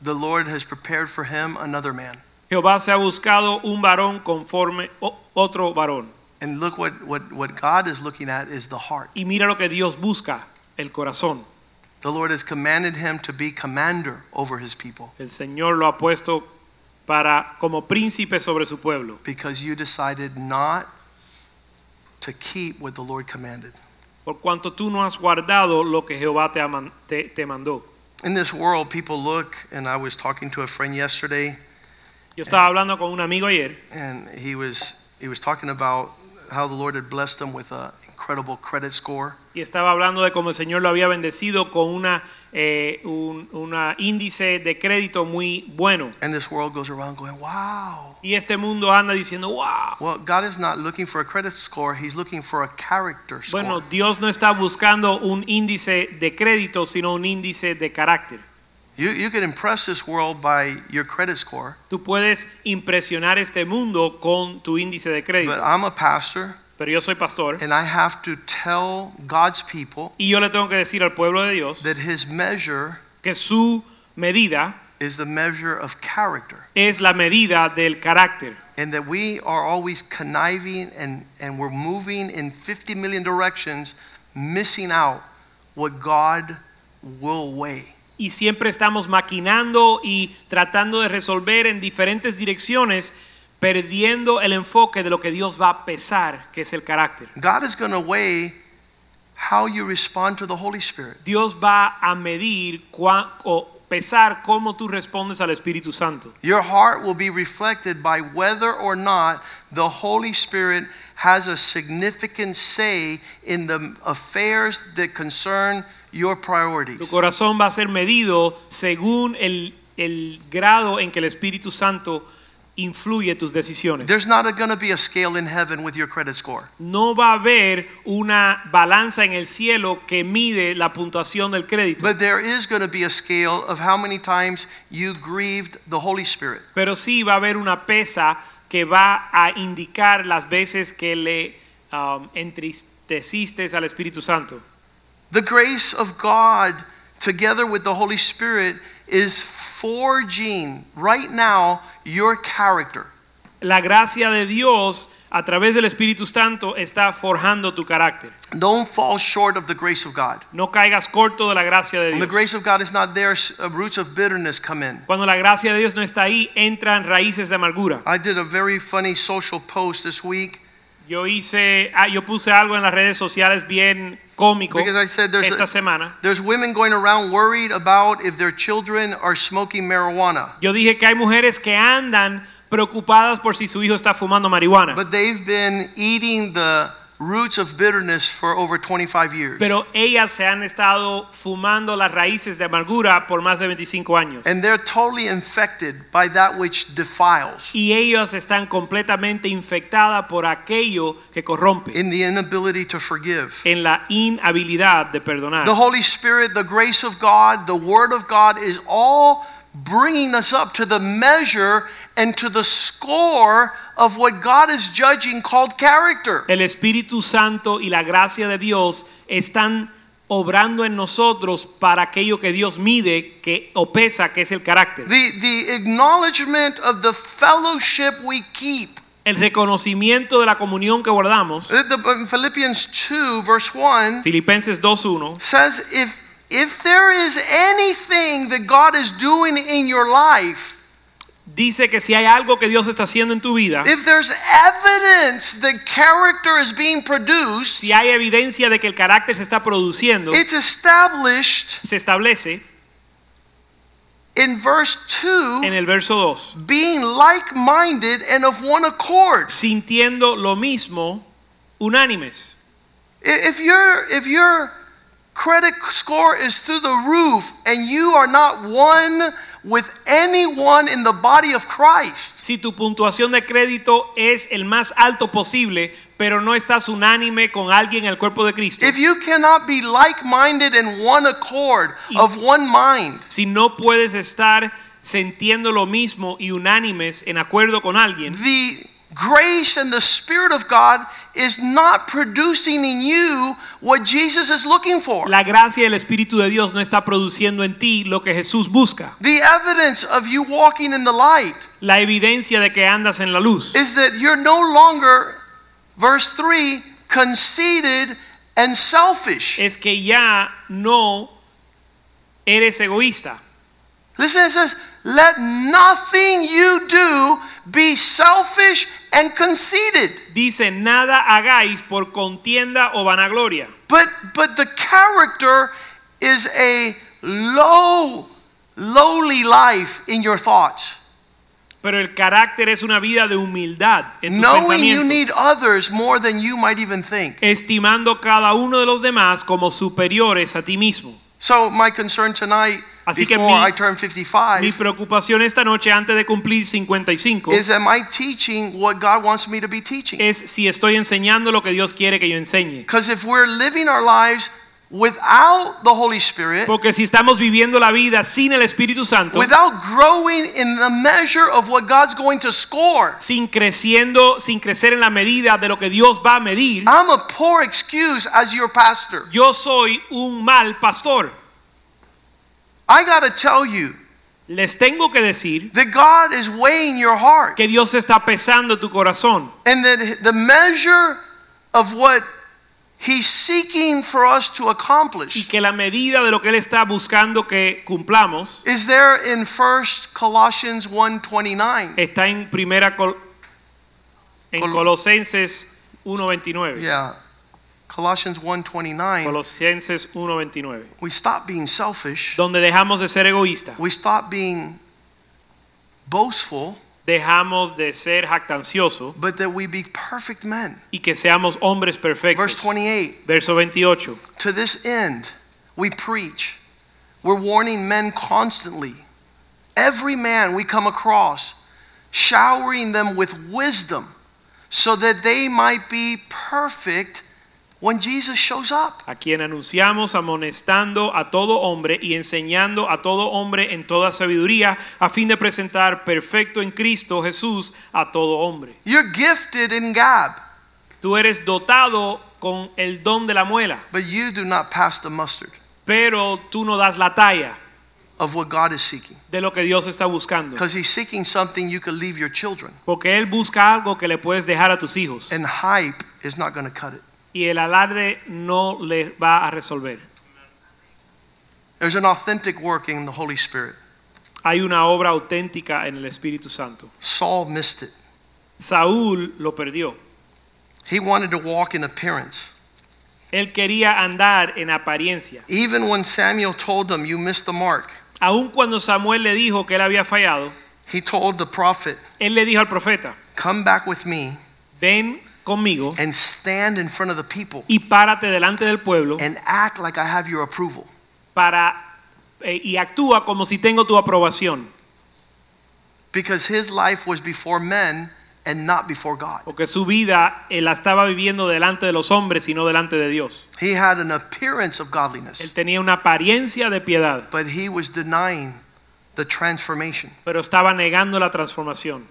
[SPEAKER 1] The Lord has prepared for him another man.
[SPEAKER 2] Jehová se ha buscado un varón conforme o- otro varón.
[SPEAKER 1] And look what, what, what God is looking at is the heart.
[SPEAKER 2] Y mira lo que Dios busca, el corazón.
[SPEAKER 1] The Lord has commanded him to be commander over his people
[SPEAKER 2] El Señor lo ha puesto para como príncipe sobre su pueblo,
[SPEAKER 1] because you decided not to keep what the Lord commanded.
[SPEAKER 2] por cuanto tú no has guardado lo que Jehová te, ha man- te- te mandó.
[SPEAKER 1] In this world, people look, and I was talking to a friend yesterday,
[SPEAKER 2] Yo estaba hablando con un amigo ayer
[SPEAKER 1] and he was, he was talking about how the Lord had blessed him with an incredible credit score.
[SPEAKER 2] y estaba hablando de cómo el Señor lo había bendecido con una, eh, un una índice de crédito muy bueno.
[SPEAKER 1] And this world goes around going, wow.
[SPEAKER 2] Y este mundo anda diciendo, wow.
[SPEAKER 1] Well, God is not looking for a credit score, He's looking for a character score.
[SPEAKER 2] Bueno, Dios no está buscando un índice de crédito, sino un índice de carácter.
[SPEAKER 1] You, you can impress this world by your credit score,
[SPEAKER 2] Tú puedes impresionar este mundo con tu índice de
[SPEAKER 1] but
[SPEAKER 2] crédito,
[SPEAKER 1] I'm a pastor
[SPEAKER 2] pero yo soy pastor
[SPEAKER 1] and I have to tell God's people
[SPEAKER 2] y yo le tengo que decir al pueblo de Dios
[SPEAKER 1] that His measure
[SPEAKER 2] que su medida
[SPEAKER 1] is the measure of character
[SPEAKER 2] es la medida del carácter
[SPEAKER 1] and that we are always conniving and, and we're moving in 50 million directions, missing out what God will weigh.
[SPEAKER 2] y siempre estamos maquinando y tratando de resolver en diferentes direcciones, perdiendo el enfoque de lo que Dios va a pesar, que es el carácter.
[SPEAKER 1] God is going to weigh how you respond to the Holy Spirit.
[SPEAKER 2] Dios va a medir cua- o pesar cómo tú respondes al Espíritu Santo.
[SPEAKER 1] Your heart will be reflected by whether or not the Holy Spirit has a significant say in the affairs that concern your
[SPEAKER 2] Tu
[SPEAKER 1] priorities.
[SPEAKER 2] corazón va a ser medido según el, el grado en que el Espíritu Santo influye tus decisiones.
[SPEAKER 1] There's not going to be a scale in heaven with your credit score.
[SPEAKER 2] No va a haber una balanza en el cielo que mide la puntuación del crédito,
[SPEAKER 1] But there is going to be a scale of how many times you grieved the Holy Spirit.
[SPEAKER 2] pero sí va a haber una pesa que va a indicar las veces que le um, entristeciste al Espíritu Santo.
[SPEAKER 1] The grace of God, together with the Holy Spirit, is forging right now your character.
[SPEAKER 2] La gracia de Dios a través del Espíritu Santo está forjando tu carácter.
[SPEAKER 1] Don't fall short of the grace of God.
[SPEAKER 2] No caigas corto de la gracia de
[SPEAKER 1] When the
[SPEAKER 2] Dios.
[SPEAKER 1] grace of God is not there, s- uh, roots of bitterness come in.
[SPEAKER 2] Cuando la gracia de Dios no está ahí, entran raíces de amargura.
[SPEAKER 1] I did a very funny social post this week
[SPEAKER 2] Yo hice, ah, yo puse algo en las redes sociales bien cómico
[SPEAKER 1] because I said there's,
[SPEAKER 2] esta
[SPEAKER 1] a,
[SPEAKER 2] semana.
[SPEAKER 1] there's women going around worried about if their children are smoking marijuana,
[SPEAKER 2] Yo dije que hay mujeres que andan preocupadas por si su hijo está fumando marihuana,
[SPEAKER 1] but they've been eating the roots of bitterness for over 25 years.
[SPEAKER 2] pero ellas se han estado fumando las raíces de amargura por más de 25 años.
[SPEAKER 1] And they're totally infected by that which defiles
[SPEAKER 2] Y ellas están completamente infectadas por aquello que corrompe,
[SPEAKER 1] in the inability to forgive.
[SPEAKER 2] en la inhabilidad de perdonar.
[SPEAKER 1] The Holy Spirit, the grace of God, the Word of God is all bringing us up to the measure and to the score of what God is judging called character.
[SPEAKER 2] El Espíritu Santo y la gracia de Dios están obrando en nosotros para aquello que Dios mide que, o pesa, que es el carácter.
[SPEAKER 1] The, the acknowledgement of the fellowship we keep.
[SPEAKER 2] El reconocimiento de la comunión que guardamos,
[SPEAKER 1] The- the- Philippians 2, verse 1
[SPEAKER 2] Filipenses 2.1,
[SPEAKER 1] says, if, if there is anything that God is doing in your life,
[SPEAKER 2] dice que si hay algo que Dios está haciendo en tu vida,
[SPEAKER 1] If there's evidence that character is being produced,
[SPEAKER 2] si hay evidencia de que el carácter se está produciendo,
[SPEAKER 1] it's established
[SPEAKER 2] se establece
[SPEAKER 1] in verse 2
[SPEAKER 2] en el verso 2,
[SPEAKER 1] being like minded and of one accord.
[SPEAKER 2] sintiendo lo mismo, unánimes.
[SPEAKER 1] I- If, your if your credit score is through the roof and you are not one with anyone in the body of Christ,
[SPEAKER 2] Si tu puntuación de crédito es el más alto posible, pero no estás unánime con alguien en el cuerpo de Cristo,
[SPEAKER 1] if you cannot be like minded and one accord, of one mind,
[SPEAKER 2] si no puedes estar sintiendo lo mismo y unánimes en acuerdo con alguien,
[SPEAKER 1] the grace and the spirit of god is not producing in you what jesus is looking for
[SPEAKER 2] la gracia del Espíritu de Dios no está produciendo en ti lo que Jesús busca.
[SPEAKER 1] the evidence of you walking in the light
[SPEAKER 2] La evidencia de que andas en la luz
[SPEAKER 1] is that you're no longer verse 3 conceited and selfish
[SPEAKER 2] es que ya no eres egoísta.
[SPEAKER 1] listen it says let nothing you do be selfish and conceited
[SPEAKER 2] Dice, nada hagáis por contienda o vanagloria.
[SPEAKER 1] but but the character is a low lowly life in your thoughts
[SPEAKER 2] Pero el carácter es una vida de humildad en tus
[SPEAKER 1] knowing you
[SPEAKER 2] pensamientos,
[SPEAKER 1] need others more than you might even think.
[SPEAKER 2] estimando cada uno de los demás como superiores a ti mismo.
[SPEAKER 1] So my concern tonight,
[SPEAKER 2] Así que
[SPEAKER 1] before
[SPEAKER 2] mi-
[SPEAKER 1] I turn
[SPEAKER 2] Mi
[SPEAKER 1] 55,
[SPEAKER 2] preocupación esta noche antes de cumplir 55
[SPEAKER 1] is am I teaching what God wants me to be teaching?
[SPEAKER 2] es si estoy enseñando lo que Dios quiere que yo enseñe.
[SPEAKER 1] Because if we're living our lives without the Holy Spirit,
[SPEAKER 2] Porque si estamos viviendo la vida sin el Espíritu Santo,
[SPEAKER 1] without growing in the measure of what God's going to score,
[SPEAKER 2] sin creciendo, sin crecer en la medida de lo que Dios va a medir,
[SPEAKER 1] I'm a poor excuse as your pastor.
[SPEAKER 2] yo soy un mal pastor.
[SPEAKER 1] I got to tell you
[SPEAKER 2] Les tengo que decir
[SPEAKER 1] that God is weighing your heart
[SPEAKER 2] que Dios está pesando tu corazón
[SPEAKER 1] and that the measure of what He's seeking for us to accomplish
[SPEAKER 2] y que la medida de lo que Él está buscando que cumplamos
[SPEAKER 1] is there in 1 Colossians 1:29.
[SPEAKER 2] está en primera Col- en
[SPEAKER 1] Col-
[SPEAKER 2] Colosenses 1.29.
[SPEAKER 1] Yeah. Colossians 1:29.
[SPEAKER 2] Colosenses 1.29.
[SPEAKER 1] We stop being selfish.
[SPEAKER 2] Donde dejamos de ser egoístas,
[SPEAKER 1] We stop being boastful,
[SPEAKER 2] dejamos de ser jactanciosos
[SPEAKER 1] but that we be perfect men.
[SPEAKER 2] y que seamos hombres
[SPEAKER 1] Verse
[SPEAKER 2] perfectos.
[SPEAKER 1] 28.
[SPEAKER 2] Verso 28.
[SPEAKER 1] To this end we preach. We're warning men constantly. Every man we come across, showering them with wisdom so that they might be perfect when Jesus shows up.
[SPEAKER 2] A quien anunciamos amonestando a todo hombre y enseñando a todo hombre en toda sabiduría, a fin de presentar perfecto en Cristo Jesús a todo hombre.
[SPEAKER 1] You're gifted in God.
[SPEAKER 2] Tú eres dotado con el don de la muela,
[SPEAKER 1] but you do not pass the mustard
[SPEAKER 2] pero tú no das la talla
[SPEAKER 1] of what God is seeking.
[SPEAKER 2] de lo que Dios está buscando.
[SPEAKER 1] Because He's seeking something you could leave your children,
[SPEAKER 2] Porque Él busca algo que le puedes dejar a tus hijos
[SPEAKER 1] and hype is not going to cut it.
[SPEAKER 2] y el alarde no le va a resolver.
[SPEAKER 1] There's an authentic working in the Holy Spirit.
[SPEAKER 2] Hay una obra auténtica en el Espíritu Santo.
[SPEAKER 1] Saul missed it.
[SPEAKER 2] Saúl lo perdió.
[SPEAKER 1] He wanted to walk in appearance.
[SPEAKER 2] Él quería andar en apariencia.
[SPEAKER 1] Even when Samuel told him, You missed the mark,
[SPEAKER 2] Aun cuando Samuel le dijo que él había fallado,
[SPEAKER 1] he told the prophet,
[SPEAKER 2] él le dijo al profeta,
[SPEAKER 1] Come back with me
[SPEAKER 2] ven conmigo
[SPEAKER 1] and stand in front of the people
[SPEAKER 2] y párate delante del pueblo
[SPEAKER 1] and act like I have your approval.
[SPEAKER 2] para eh, y actúa como si tengo tu aprobación,
[SPEAKER 1] Because his life was before men and not before God.
[SPEAKER 2] porque su vida él la estaba viviendo delante de los hombres y no delante de Dios.
[SPEAKER 1] He had an appearance of
[SPEAKER 2] Él
[SPEAKER 1] godliness,
[SPEAKER 2] tenía una apariencia de piedad,
[SPEAKER 1] but he was denying the transformation.
[SPEAKER 2] pero estaba negando la transformación.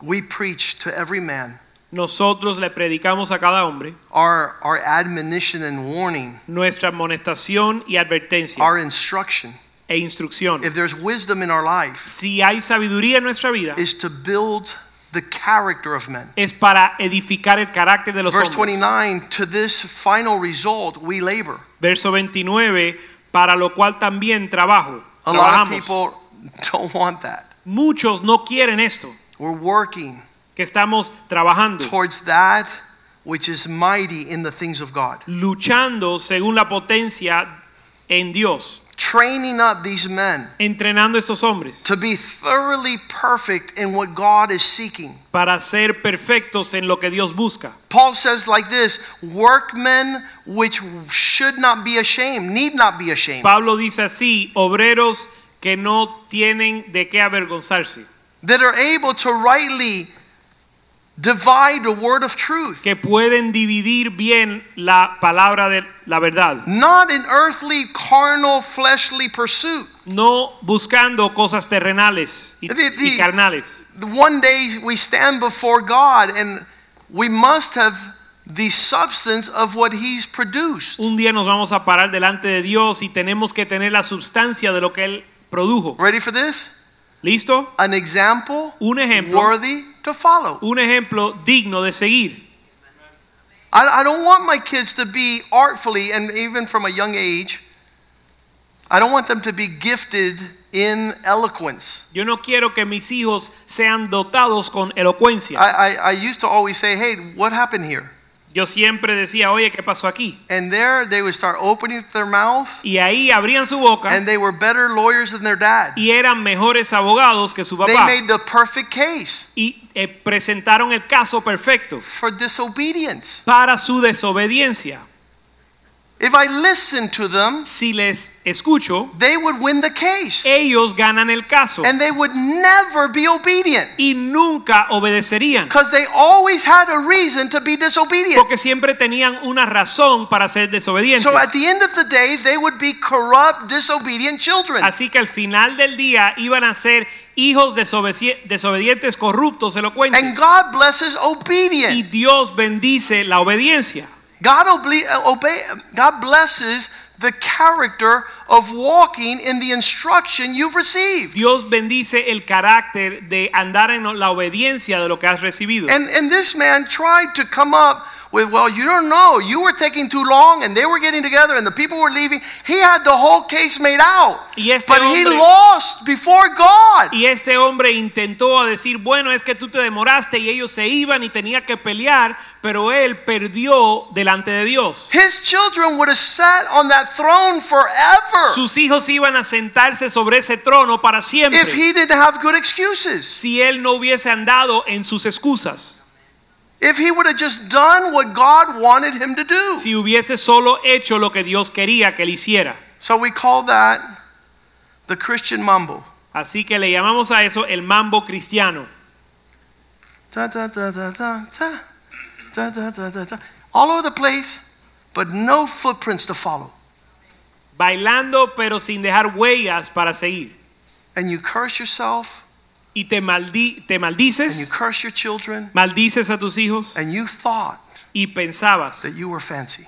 [SPEAKER 1] We preach to every man.
[SPEAKER 2] Nosotros le predicamos a cada hombre
[SPEAKER 1] Our, our admonition and warning,
[SPEAKER 2] nuestra amonestación y advertencia
[SPEAKER 1] our instruction,
[SPEAKER 2] e instrucción.
[SPEAKER 1] if there's wisdom in our life,
[SPEAKER 2] si hay sabiduría en nuestra vida,
[SPEAKER 1] is to build the character of men.
[SPEAKER 2] es para edificar el carácter de los
[SPEAKER 1] Verse
[SPEAKER 2] hombres.
[SPEAKER 1] 29 To this final result, we labor.
[SPEAKER 2] Verso 29, para lo cual también trabajo.
[SPEAKER 1] A lot of
[SPEAKER 2] Trabajamos.
[SPEAKER 1] people don't want that.
[SPEAKER 2] Muchos no quieren esto,
[SPEAKER 1] We're working
[SPEAKER 2] que estamos trabajando,
[SPEAKER 1] towards that which is mighty in the things of God.
[SPEAKER 2] luchando según la potencia en Dios,
[SPEAKER 1] Training up these men
[SPEAKER 2] entrenando a estos hombres
[SPEAKER 1] to be thoroughly perfect in what God is seeking.
[SPEAKER 2] para ser perfectos en lo que Dios busca.
[SPEAKER 1] Paul says like this workmen which should not be ashamed, need not be ashamed.
[SPEAKER 2] Pablo dice así, obreros que no tienen de qué avergonzarse,
[SPEAKER 1] that are able to rightly divide the word of truth,
[SPEAKER 2] que pueden dividir bien la palabra de la verdad.
[SPEAKER 1] not in earthly, carnal, fleshly pursuit.
[SPEAKER 2] no buscando cosas terrenales y,
[SPEAKER 1] The- the-
[SPEAKER 2] y carnales.
[SPEAKER 1] One day we stand before God and we must have the substance of what He's produced.
[SPEAKER 2] Un día nos vamos a parar delante de Dios y tenemos que tener la sustancia de lo que Él produjo.
[SPEAKER 1] Ready for this?
[SPEAKER 2] ¿Listo?
[SPEAKER 1] An example
[SPEAKER 2] Un ejemplo,
[SPEAKER 1] worthy to follow.
[SPEAKER 2] un ejemplo digno de seguir.
[SPEAKER 1] I, I don't want my kids to be artfully, and even from a young age, I don't want them to be gifted in eloquence.
[SPEAKER 2] Yo no quiero que mis hijos sean dotados con elocuencia.
[SPEAKER 1] I, I, I used to always say, hey, what happened here?
[SPEAKER 2] Yo siempre decía, oye, ¿qué pasó aquí?
[SPEAKER 1] And there they would start opening their mouths,
[SPEAKER 2] Y ahí abrían su boca
[SPEAKER 1] and they were better lawyers than their dad.
[SPEAKER 2] y eran mejores abogados que su
[SPEAKER 1] They
[SPEAKER 2] papá.
[SPEAKER 1] made the perfect case
[SPEAKER 2] Y eh, presentaron el caso perfecto
[SPEAKER 1] for disobedience.
[SPEAKER 2] para su desobediencia.
[SPEAKER 1] If I listened to them,
[SPEAKER 2] Si les escucho,
[SPEAKER 1] they would win the case,
[SPEAKER 2] ellos ganan el caso
[SPEAKER 1] and they would never be obedient
[SPEAKER 2] y nunca obedecerían
[SPEAKER 1] because they always had a reason to be disobedient.
[SPEAKER 2] porque siempre tenían una razón para ser desobedientes.
[SPEAKER 1] So at the end of the day, they would be corrupt, disobedient children.
[SPEAKER 2] Así que al final del día iban a ser hijos desobedi- desobedientes, corruptos,
[SPEAKER 1] And
[SPEAKER 2] elocuentes.
[SPEAKER 1] God blesses
[SPEAKER 2] Y
[SPEAKER 1] obedient.
[SPEAKER 2] Dios bendice la obediencia.
[SPEAKER 1] God, oble- uh, obey, God blesses the character of walking in the instruction you've received.
[SPEAKER 2] Dios bendice el carácter de andar en la obediencia de lo que has recibido.
[SPEAKER 1] And, and this man tried to come up with, well, you don't know, you were taking too long and they were getting together and the people were leaving. He had the whole case made out.
[SPEAKER 2] Y este
[SPEAKER 1] But he
[SPEAKER 2] hombre-
[SPEAKER 1] lost before God.
[SPEAKER 2] Y este hombre intentó a decir, bueno, es que tú te demoraste y ellos se iban y tenía que pelear, pero él perdió delante de Dios.
[SPEAKER 1] His children would have sat on that throne forever
[SPEAKER 2] Sus hijos iban a sentarse sobre ese trono para siempre
[SPEAKER 1] if he didn't have good excuses.
[SPEAKER 2] si él no hubiese andado en sus excusas,
[SPEAKER 1] If he would have just done what God wanted him to do.
[SPEAKER 2] si hubiese solo hecho lo que Dios quería que él hiciera.
[SPEAKER 1] So we call that the Christian mumble.
[SPEAKER 2] Así que le llamamos a eso el mambo cristiano.
[SPEAKER 1] Da, da, da, da, da, da, da, da, da, da, da. All over the place, but no footprints to follow.
[SPEAKER 2] Bailando pero sin dejar huellas para seguir.
[SPEAKER 1] And you curse yourself,
[SPEAKER 2] Y te, maldi- te
[SPEAKER 1] and you
[SPEAKER 2] maldices,
[SPEAKER 1] curse your children,
[SPEAKER 2] maldices a tus hijos.
[SPEAKER 1] and you thought
[SPEAKER 2] y pensabas
[SPEAKER 1] that you were fancy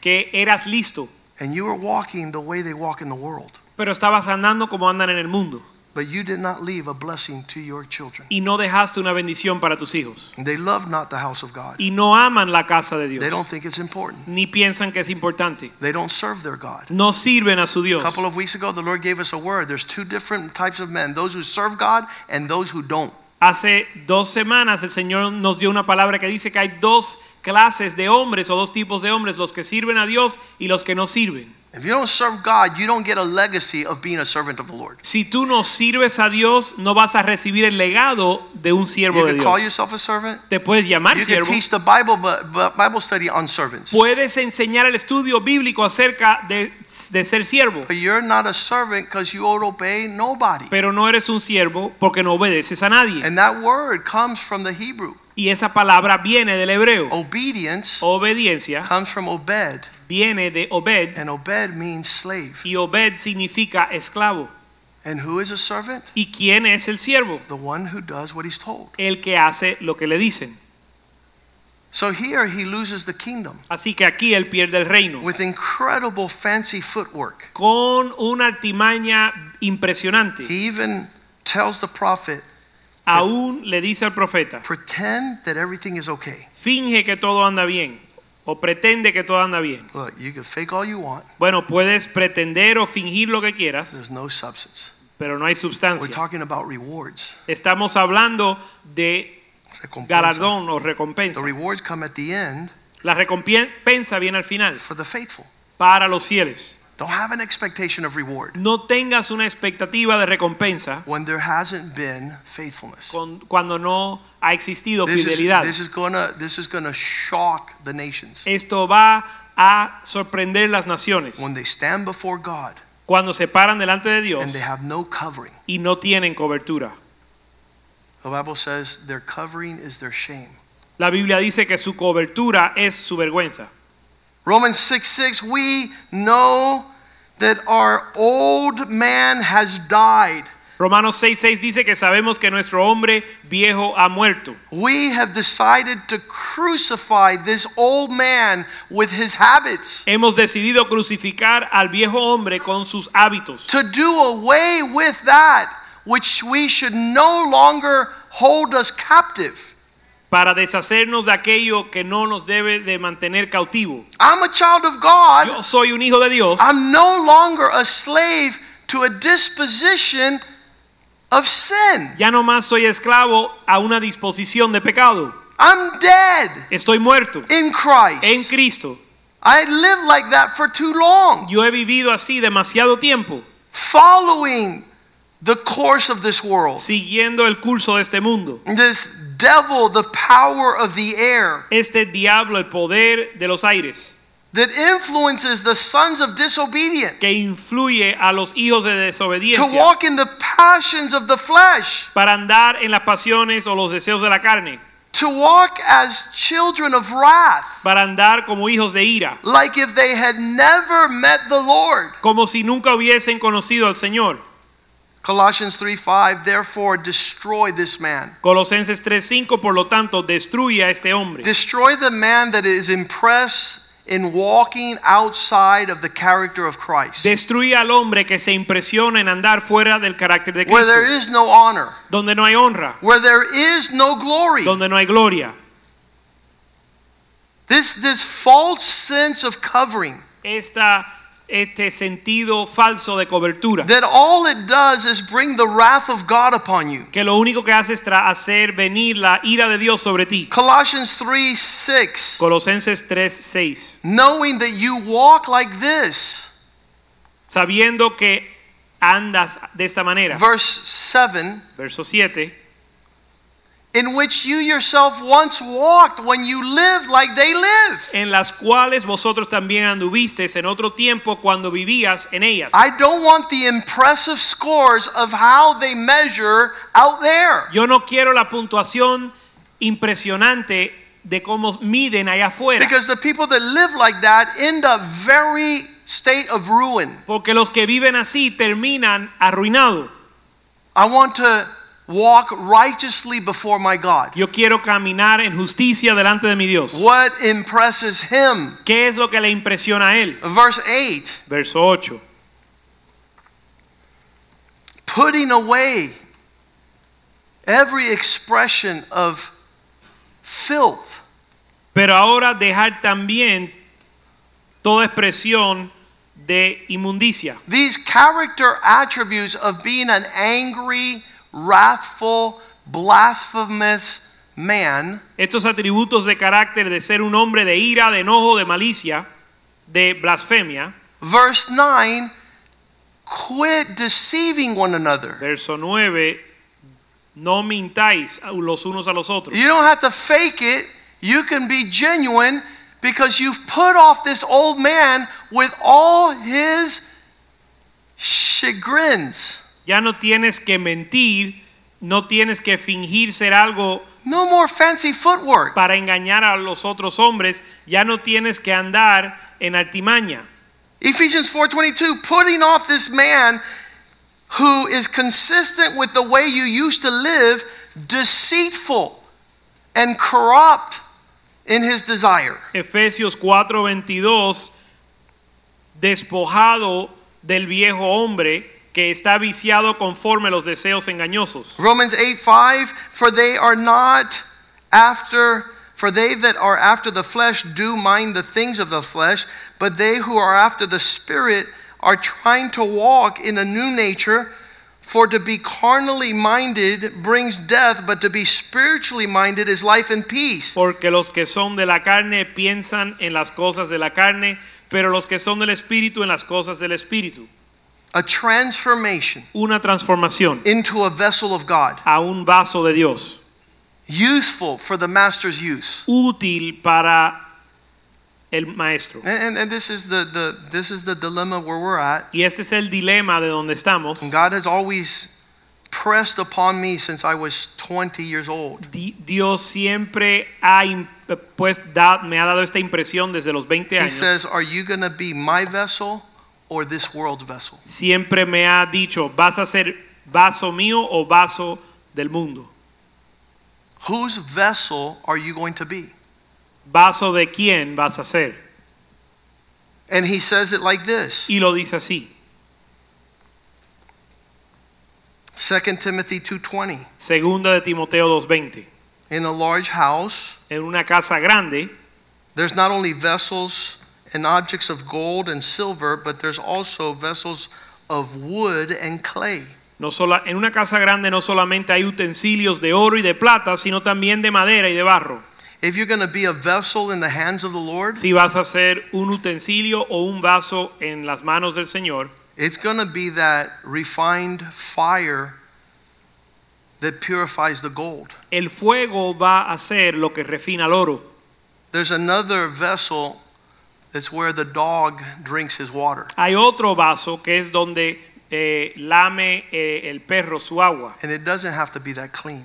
[SPEAKER 2] que eras listo,
[SPEAKER 1] and you were walking the way they walk in the world,
[SPEAKER 2] pero estabas andando como andan en el mundo
[SPEAKER 1] but you did not leave a blessing to your children.
[SPEAKER 2] y no dejaste una bendición para tus hijos
[SPEAKER 1] They love not the house of God.
[SPEAKER 2] y no aman la casa de
[SPEAKER 1] They don't
[SPEAKER 2] Dios
[SPEAKER 1] think it's important.
[SPEAKER 2] ni piensan que es importante.
[SPEAKER 1] They don't serve their God.
[SPEAKER 2] No sirven a su
[SPEAKER 1] A
[SPEAKER 2] Dios.
[SPEAKER 1] couple of weeks ago, the Lord gave us a word. There's two different types of men those who serve God and those who don't.
[SPEAKER 2] Hace dos semanas el Señor nos dio una palabra que dice que hay dos clases de hombres o dos tipos de hombres, los que sirven a Dios y los que no sirven.
[SPEAKER 1] If you don't serve God, you don't get a legacy of being a servant of the Lord.
[SPEAKER 2] Si tú no sirves a Dios, no vas a recibir el legado de un
[SPEAKER 1] You
[SPEAKER 2] siervo de
[SPEAKER 1] could call
[SPEAKER 2] Dios.
[SPEAKER 1] yourself a servant.
[SPEAKER 2] Te puedes llamar
[SPEAKER 1] You could
[SPEAKER 2] siervo.
[SPEAKER 1] teach the Bible, but, but Bible study on servants.
[SPEAKER 2] Puedes enseñar el estudio bíblico acerca de, de ser siervo,
[SPEAKER 1] But you're not a servant because you don't obey nobody.
[SPEAKER 2] pero no eres un siervo porque no obedeces a nadie.
[SPEAKER 1] And that word comes from the Hebrew.
[SPEAKER 2] Y esa palabra viene del hebreo. Oh.
[SPEAKER 1] Obedience
[SPEAKER 2] Obediencia
[SPEAKER 1] comes from obed,
[SPEAKER 2] viene de obed
[SPEAKER 1] and obed means slave.
[SPEAKER 2] y obed significa esclavo.
[SPEAKER 1] And who is a servant?
[SPEAKER 2] ¿Y quién es el siervo?
[SPEAKER 1] The one who does what he's told.
[SPEAKER 2] el que hace lo que le dicen.
[SPEAKER 1] So here he loses the kingdom
[SPEAKER 2] Así que aquí él pierde el reino
[SPEAKER 1] with incredible fancy footwork.
[SPEAKER 2] con una artimaña impresionante.
[SPEAKER 1] He even tells the prophet,
[SPEAKER 2] Aún le dice al profeta,
[SPEAKER 1] pretend that everything is okay.
[SPEAKER 2] finge que todo anda bien o pretende que todo anda bien.
[SPEAKER 1] Look, you can fake all you want,
[SPEAKER 2] Bueno, puedes pretender o fingir lo que quieras,
[SPEAKER 1] there's no substance.
[SPEAKER 2] pero no hay
[SPEAKER 1] We're
[SPEAKER 2] sustancia.
[SPEAKER 1] talking about rewards.
[SPEAKER 2] Estamos hablando de
[SPEAKER 1] Recompensa.
[SPEAKER 2] galardón o recompensa.
[SPEAKER 1] The rewards come at the end
[SPEAKER 2] La recompensa viene al final
[SPEAKER 1] for the faithful.
[SPEAKER 2] para los fieles.
[SPEAKER 1] Don't have an expectation of reward
[SPEAKER 2] No tengas una expectativa de recompensa
[SPEAKER 1] when there hasn't been faithfulness.
[SPEAKER 2] con- cuando no ha existido
[SPEAKER 1] This is,
[SPEAKER 2] fidelidad.
[SPEAKER 1] this is gonna this is gonna shock the nations
[SPEAKER 2] Esto va a sorprender las naciones
[SPEAKER 1] when they stand before God
[SPEAKER 2] cuando se paran delante de
[SPEAKER 1] and
[SPEAKER 2] Dios
[SPEAKER 1] they have no covering.
[SPEAKER 2] y no tienen cobertura.
[SPEAKER 1] The Bible says their covering is their shame.
[SPEAKER 2] La Biblia dice que su cobertura es su vergüenza.
[SPEAKER 1] Romans 6 6, we know that our old man has died.
[SPEAKER 2] Romanos 6:6 dice que sabemos que nuestro hombre viejo ha muerto.
[SPEAKER 1] We have decided to crucify this old man with his habits,
[SPEAKER 2] Hemos decidido crucificar al viejo hombre con sus hábitos
[SPEAKER 1] to do away with that which we should no longer hold us captive.
[SPEAKER 2] para deshacernos de aquello que no nos debe de mantener cautivo.
[SPEAKER 1] I'm a child of God.
[SPEAKER 2] Yo soy un hijo de Dios.
[SPEAKER 1] I'm no longer a slave to a disposition of sin.
[SPEAKER 2] Ya no más soy esclavo a una disposición de pecado.
[SPEAKER 1] I'm dead
[SPEAKER 2] Estoy muerto
[SPEAKER 1] in Christ.
[SPEAKER 2] en Cristo.
[SPEAKER 1] I lived like that for too long,
[SPEAKER 2] Yo he vivido así demasiado tiempo,
[SPEAKER 1] following the course of this world.
[SPEAKER 2] siguiendo el curso de este mundo.
[SPEAKER 1] This devil, the power of the air
[SPEAKER 2] Este diablo, el poder de los aires,
[SPEAKER 1] that influences the sons of disobedience
[SPEAKER 2] que influye a los hijos de
[SPEAKER 1] to
[SPEAKER 2] desobediencia
[SPEAKER 1] walk in the passions of the flesh,
[SPEAKER 2] para andar en las pasiones o los deseos de la carne,
[SPEAKER 1] to walk as children of wrath,
[SPEAKER 2] para andar como hijos de ira,
[SPEAKER 1] like if they had never met the Lord.
[SPEAKER 2] como si nunca hubiesen conocido al Señor.
[SPEAKER 1] Colossians 3 5, therefore destroy this man.
[SPEAKER 2] Colosenses 3:5, por lo tanto, destruye a este hombre.
[SPEAKER 1] Destroy the man that is impressed in walking outside of the character of Christ.
[SPEAKER 2] Destruye al hombre que se impresiona en andar fuera del carácter de
[SPEAKER 1] where
[SPEAKER 2] Cristo,
[SPEAKER 1] there is no honor,
[SPEAKER 2] donde no hay honra,
[SPEAKER 1] where there is no glory.
[SPEAKER 2] donde no hay gloria.
[SPEAKER 1] This this false sense of covering
[SPEAKER 2] esta, este sentido falso de cobertura,
[SPEAKER 1] that all it does is bring the wrath of God upon you.
[SPEAKER 2] que lo único que hace es tra- hacer venir la ira de Dios sobre ti.
[SPEAKER 1] Colossians 3 6.
[SPEAKER 2] Colosenses 3, 6.
[SPEAKER 1] Knowing that you walk like this,
[SPEAKER 2] Sabiendo que andas de esta manera,
[SPEAKER 1] verse 7,
[SPEAKER 2] verso 7,
[SPEAKER 1] in which you yourself once walked when you lived like they live.
[SPEAKER 2] en las cuales vosotros también anduvisteis en otro tiempo cuando vivías en ellas.
[SPEAKER 1] I don't want the impressive scores of how they measure out there.
[SPEAKER 2] Yo no quiero la puntuación impresionante de cómo miden allá afuera,
[SPEAKER 1] Because the people that live like that end up very state of ruin.
[SPEAKER 2] porque los que viven así terminan arruinados.
[SPEAKER 1] I want to walk righteously before my God.
[SPEAKER 2] Yo quiero caminar en justicia delante de mi Dios.
[SPEAKER 1] What impresses him?
[SPEAKER 2] ¿Qué es lo que le impresiona a él?
[SPEAKER 1] Verse 8
[SPEAKER 2] Verso 8.
[SPEAKER 1] putting away every expression of filth.
[SPEAKER 2] Pero ahora dejar también toda expresión de inmundicia.
[SPEAKER 1] These character attributes of being an angry, wrathful, blasphemous man
[SPEAKER 2] Estos atributos de carácter de ser un hombre de ira, de enojo, de malicia, de blasfemia.
[SPEAKER 1] Verse 9 quit deceiving one another.
[SPEAKER 2] Verso 9. No mintáis los unos a los otros.
[SPEAKER 1] You don't have to fake it. You can be genuine because you've put off this old man with all his chagrins.
[SPEAKER 2] Ya no tienes que mentir, no tienes que fingir ser algo
[SPEAKER 1] No more fancy footwork.
[SPEAKER 2] para engañar a los otros hombres, ya no tienes que andar en artimaña.
[SPEAKER 1] Ephesians 4:22 putting off this man who is consistent with the way you used to live deceitful and corrupt in his desire.
[SPEAKER 2] Efesios 4:22, despojado del viejo hombre que está viciado conforme a los deseos engañosos.
[SPEAKER 1] Romans 8 5, for they are not after, for they that are after the flesh do mind the things of the flesh, but they who are after the Spirit are trying to walk in a new nature. For to be carnally minded brings death, but to be spiritually minded is life and peace.
[SPEAKER 2] Porque los que son de la carne piensan en las cosas de la carne, pero los que son del espíritu en las cosas del espíritu.
[SPEAKER 1] A transformation
[SPEAKER 2] Una transformación
[SPEAKER 1] into a vessel of God,
[SPEAKER 2] a un vaso de Dios.
[SPEAKER 1] useful for the master's use.
[SPEAKER 2] útil para el maestro.
[SPEAKER 1] And, and, and this, is the, the, this is the dilemma where we're at.
[SPEAKER 2] Y este es el dilema de donde estamos.
[SPEAKER 1] And God has always pressed upon me since I was 20 years old.
[SPEAKER 2] Di- Dios siempre ha im- pues, da- me ha dado esta impresión desde los 20
[SPEAKER 1] He
[SPEAKER 2] años.
[SPEAKER 1] says, Are you going to be my vessel or this world's vessel?
[SPEAKER 2] Siempre me ha dicho, vas a ser vaso mío o vaso del mundo.
[SPEAKER 1] Whose vessel are you going to be?
[SPEAKER 2] Vaso de quién vas a ser.
[SPEAKER 1] And he says it like this
[SPEAKER 2] Y lo dice así.
[SPEAKER 1] 2 Timothy 2:20
[SPEAKER 2] Segunda de Timoteo 2.20.
[SPEAKER 1] In a large house
[SPEAKER 2] En una casa grande
[SPEAKER 1] there's not only vessels and objects of gold and silver but there's also vessels of wood and clay.
[SPEAKER 2] No sola- en una casa grande no solamente hay utensilios de oro y de plata, sino también de madera y de barro.
[SPEAKER 1] If you're going to be a vessel in the hands of the Lord,
[SPEAKER 2] Si vas a hacer un utensilio o un vaso en las manos del Señor,
[SPEAKER 1] It's going to be that refined fire that purifies the gold.
[SPEAKER 2] el fuego va a ser lo que refina el oro.
[SPEAKER 1] There's another vessel that's where the dog drinks his water,
[SPEAKER 2] Hay otro vaso que es donde eh, lame eh, el perro su agua.
[SPEAKER 1] and it doesn't have to be that clean.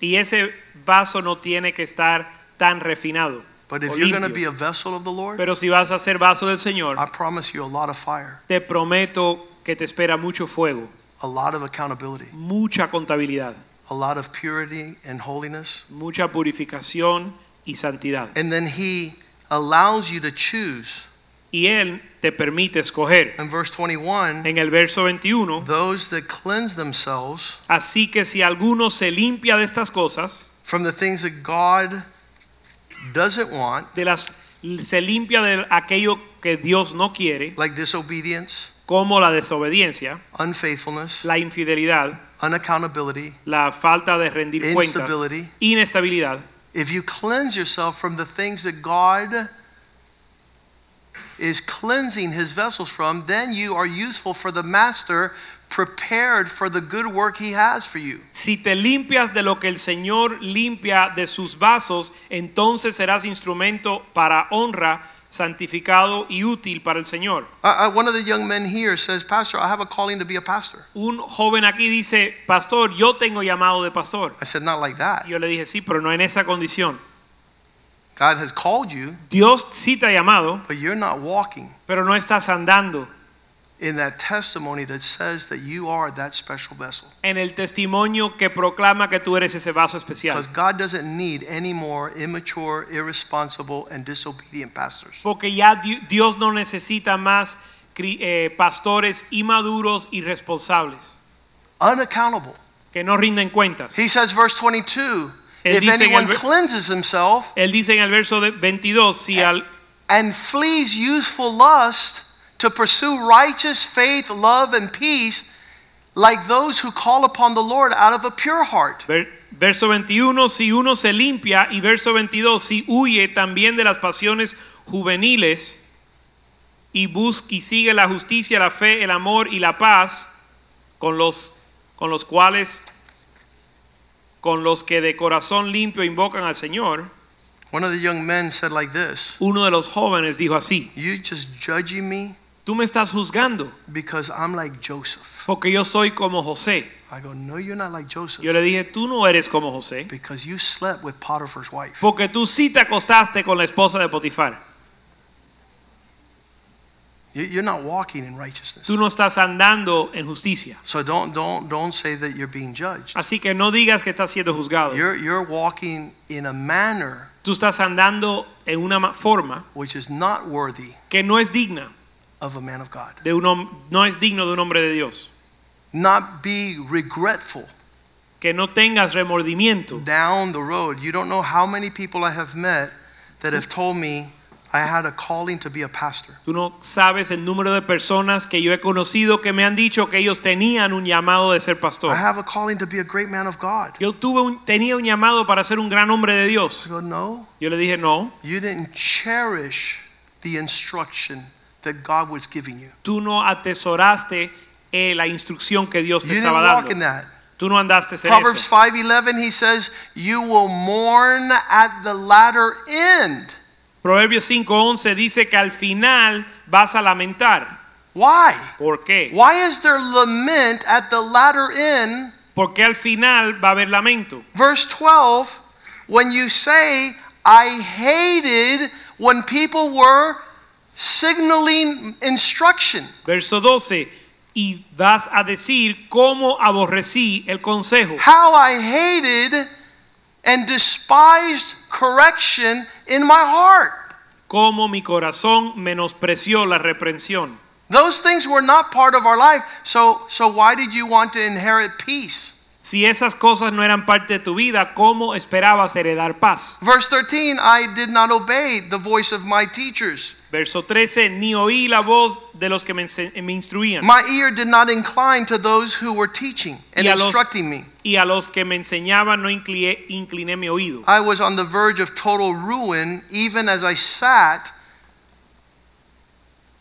[SPEAKER 2] Y ese vaso no tiene que estar tan refinado.
[SPEAKER 1] But
[SPEAKER 2] o
[SPEAKER 1] if you're going to
[SPEAKER 2] limpio.
[SPEAKER 1] be a vessel of the Lord,
[SPEAKER 2] Pero si vas a ser vaso del Señor,
[SPEAKER 1] I promise you a lot of fire,
[SPEAKER 2] te prometo que te espera mucho fuego,
[SPEAKER 1] a lot of accountability,
[SPEAKER 2] mucha contabilidad,
[SPEAKER 1] a lot of purity and holiness.
[SPEAKER 2] mucha purificación y santidad.
[SPEAKER 1] And then he allows you to choose.
[SPEAKER 2] Y Él te permite escoger.
[SPEAKER 1] In verse 21,
[SPEAKER 2] En el verso 21
[SPEAKER 1] those that cleanse themselves
[SPEAKER 2] Así que si alguno se limpia de estas cosas,
[SPEAKER 1] from the things that God doesn't want,
[SPEAKER 2] de las se limpia de aquello que Dios no quiere,
[SPEAKER 1] like disobedience,
[SPEAKER 2] como la desobediencia,
[SPEAKER 1] unfaithfulness,
[SPEAKER 2] la infidelidad,
[SPEAKER 1] unaccountability.
[SPEAKER 2] la falta de rendir cuentas,
[SPEAKER 1] Instability.
[SPEAKER 2] inestabilidad.
[SPEAKER 1] If you cleanse yourself from the things that God is cleansing his vessels from, then you are useful for the master, prepared for the good work he has for you.
[SPEAKER 2] Si te limpias de lo que el Señor limpia de sus vasos, entonces serás instrumento para honra, santificado y útil para el Señor.
[SPEAKER 1] I, I- one of the young men here says, Pastor, I have a calling to be a pastor.
[SPEAKER 2] Un joven aquí dice, pastor, yo tengo llamado de pastor.
[SPEAKER 1] I said, Not like that.
[SPEAKER 2] Yo le dije, sí, pero no en esa condición.
[SPEAKER 1] God has called you,
[SPEAKER 2] Dios sí te ha llamado,
[SPEAKER 1] but you're not walking
[SPEAKER 2] pero no estás andando
[SPEAKER 1] in that testimony that says that you are that special vessel.
[SPEAKER 2] en el testimonio que proclama que tú eres ese vaso especial.
[SPEAKER 1] Because God doesn't need any more immature, irresponsible, and disobedient pastors.
[SPEAKER 2] Porque ya Di- Dios no necesita más cri- eh, pastores inmaduros y responsables
[SPEAKER 1] Unaccountable.
[SPEAKER 2] que no rinden cuentas.
[SPEAKER 1] He says, verse 22
[SPEAKER 2] Él
[SPEAKER 1] if
[SPEAKER 2] dice en el
[SPEAKER 1] anyone
[SPEAKER 2] ver-
[SPEAKER 1] cleanses himself
[SPEAKER 2] Él dice en el verso de 22,
[SPEAKER 1] Eh.
[SPEAKER 2] si al-
[SPEAKER 1] and flees youthful lust to pursue righteous faith, love, and peace, like those who call upon the Lord out of a pure heart.
[SPEAKER 2] ver- verso 21, si uno se limpia y verso 22, si huye también de las pasiones juveniles y busca y sigue la justicia, la fe, el amor y la paz con los con los cuales con los que de corazón limpio invocan al Señor,
[SPEAKER 1] One of the young men said like this
[SPEAKER 2] uno de los jóvenes dijo así:
[SPEAKER 1] You just judging me
[SPEAKER 2] Tú me estás juzgando
[SPEAKER 1] because I'm like Joseph.
[SPEAKER 2] porque yo soy como José.
[SPEAKER 1] I go, No, you're not like Joseph.
[SPEAKER 2] Yo le dije, tú no eres como José,
[SPEAKER 1] Because you slept with Potiphar's wife.
[SPEAKER 2] porque tú sí te acostaste con la esposa de Potifar.
[SPEAKER 1] You- You're not walking in righteousness.
[SPEAKER 2] Tú no estás andando en justicia.
[SPEAKER 1] So don't, don't, don't say that you're being judged.
[SPEAKER 2] Así que no digas que estás siendo juzgado.
[SPEAKER 1] You're, you're walking in a manner
[SPEAKER 2] Tú estás andando en una ma- forma
[SPEAKER 1] which is not worthy
[SPEAKER 2] que no es digna
[SPEAKER 1] of a man of God.
[SPEAKER 2] de un hom- no es digno de un hombre de Dios.
[SPEAKER 1] Not be regretful
[SPEAKER 2] Que no tengas remordimiento.
[SPEAKER 1] down the road. You don't know how many people I have met that have told me I had a calling to be a pastor.
[SPEAKER 2] Tú no sabes el número de personas que yo he conocido que me han dicho que ellos tenían un llamado de ser pastor.
[SPEAKER 1] I have a calling to be a great man of God.
[SPEAKER 2] Yo tuve un- tenía un llamado para ser un gran hombre de
[SPEAKER 1] I
[SPEAKER 2] Dios.
[SPEAKER 1] go, no,
[SPEAKER 2] Yo le dije, no,
[SPEAKER 1] you didn't cherish the instruction that God was giving you.
[SPEAKER 2] tú no atesoraste eh, la instrucción que Dios
[SPEAKER 1] You
[SPEAKER 2] te
[SPEAKER 1] didn't
[SPEAKER 2] estaba
[SPEAKER 1] walk in
[SPEAKER 2] dando.
[SPEAKER 1] that.
[SPEAKER 2] Tú no andaste en
[SPEAKER 1] Proverbs
[SPEAKER 2] eso.
[SPEAKER 1] 5:11 he says, "You will mourn at the latter end."
[SPEAKER 2] Proverbios 5:11 dice que al final vas a lamentar.
[SPEAKER 1] Why?
[SPEAKER 2] ¿Por qué?
[SPEAKER 1] Why is there lament at the latter end?
[SPEAKER 2] Porque al final va a haber lamento.
[SPEAKER 1] Verse 12, when you say, "I hated when people were signaling instruction."
[SPEAKER 2] Verso 12, y vas a decir cómo aborrecí el consejo,
[SPEAKER 1] How I hated and despised correction in my heart.
[SPEAKER 2] cómo mi corazón menospreció la reprensión.
[SPEAKER 1] Those things were not part of our life. So so why did you want to inherit peace?
[SPEAKER 2] Si esas cosas no eran parte de tu vida, ¿cómo esperabas heredar paz?
[SPEAKER 1] Verse 13, I did not obey the voice of my teachers.
[SPEAKER 2] Verso 13, ni oí la voz de los que me ense- me instruían.
[SPEAKER 1] My ear did not incline to those who were teaching and
[SPEAKER 2] Y a los-
[SPEAKER 1] instructing me.
[SPEAKER 2] y a los que me enseñaban no inclié- incliné mi oído.
[SPEAKER 1] I was on the verge of total ruin even as I sat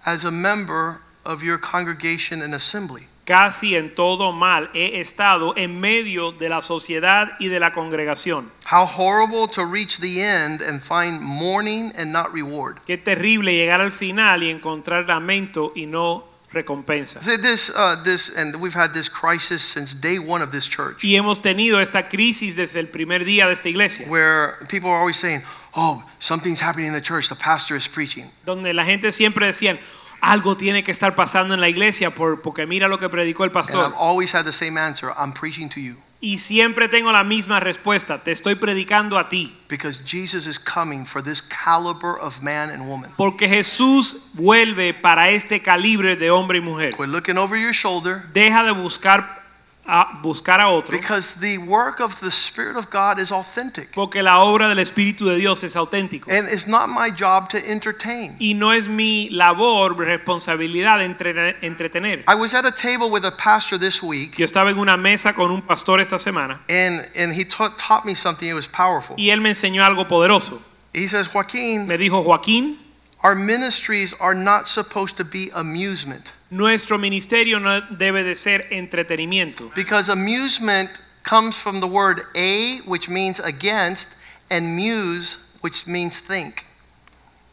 [SPEAKER 1] as a member of your congregation and assembly.
[SPEAKER 2] Casi en todo mal he estado en medio de la sociedad y de la congregación.
[SPEAKER 1] How horrible to reach the end and find mourning and not reward.
[SPEAKER 2] Qué terrible llegar al final y encontrar lamento y no recompensa.
[SPEAKER 1] See, This, uh, this, and we've had this crisis since day one of this church.
[SPEAKER 2] Y hemos tenido esta crisis desde el primer día de esta iglesia,
[SPEAKER 1] where people are always saying, "Oh, something's happening in the church. The pastor is preaching."
[SPEAKER 2] donde la gente siempre decía, algo tiene que estar pasando en la iglesia por, porque mira lo que predicó el
[SPEAKER 1] And I've
[SPEAKER 2] pastor.
[SPEAKER 1] always had the same answer: "I'm preaching to you
[SPEAKER 2] Y siempre tengo la misma respuesta, te estoy predicando a ti,
[SPEAKER 1] because Jesus is coming for this caliber of man and woman."
[SPEAKER 2] porque Jesús vuelve para este calibre de hombre y mujer.
[SPEAKER 1] Quit looking over your shoulder
[SPEAKER 2] deja de buscar a, buscar a otro
[SPEAKER 1] because the work of the Spirit of God is authentic,
[SPEAKER 2] porque la obra del Espíritu de Dios es auténtico
[SPEAKER 1] and it's not my job to entertain.
[SPEAKER 2] y no es mi labor responsabilidad de entre- entretener
[SPEAKER 1] I was at a table with a pastor this week,
[SPEAKER 2] yo estaba en una mesa con un pastor esta semana
[SPEAKER 1] and and he taught taught me something. It was powerful.
[SPEAKER 2] y él me enseñó algo poderoso
[SPEAKER 1] He says, "Joaquin,
[SPEAKER 2] me dijo Joaquín
[SPEAKER 1] our ministries are not supposed to be amusement."
[SPEAKER 2] nuestro ministerio no debe de ser entretenimiento
[SPEAKER 1] Because amusement comes from the word a, which means against, and muse, which means think.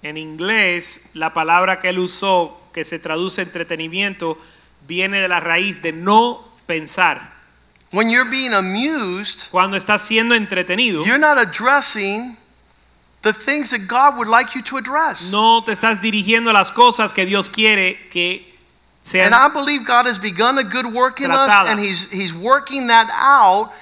[SPEAKER 2] en inglés la palabra que él usó que se traduce entretenimiento viene de la raíz de no pensar
[SPEAKER 1] When you're being amused,
[SPEAKER 2] cuando estás siendo entretenido
[SPEAKER 1] you're not addressing the things that God would like you to address.
[SPEAKER 2] No te estás dirigiendo a las cosas que Dios quiere que se
[SPEAKER 1] And
[SPEAKER 2] han
[SPEAKER 1] I believe God has begun a good work in us,
[SPEAKER 2] Tratadas.
[SPEAKER 1] and He's, he's working that out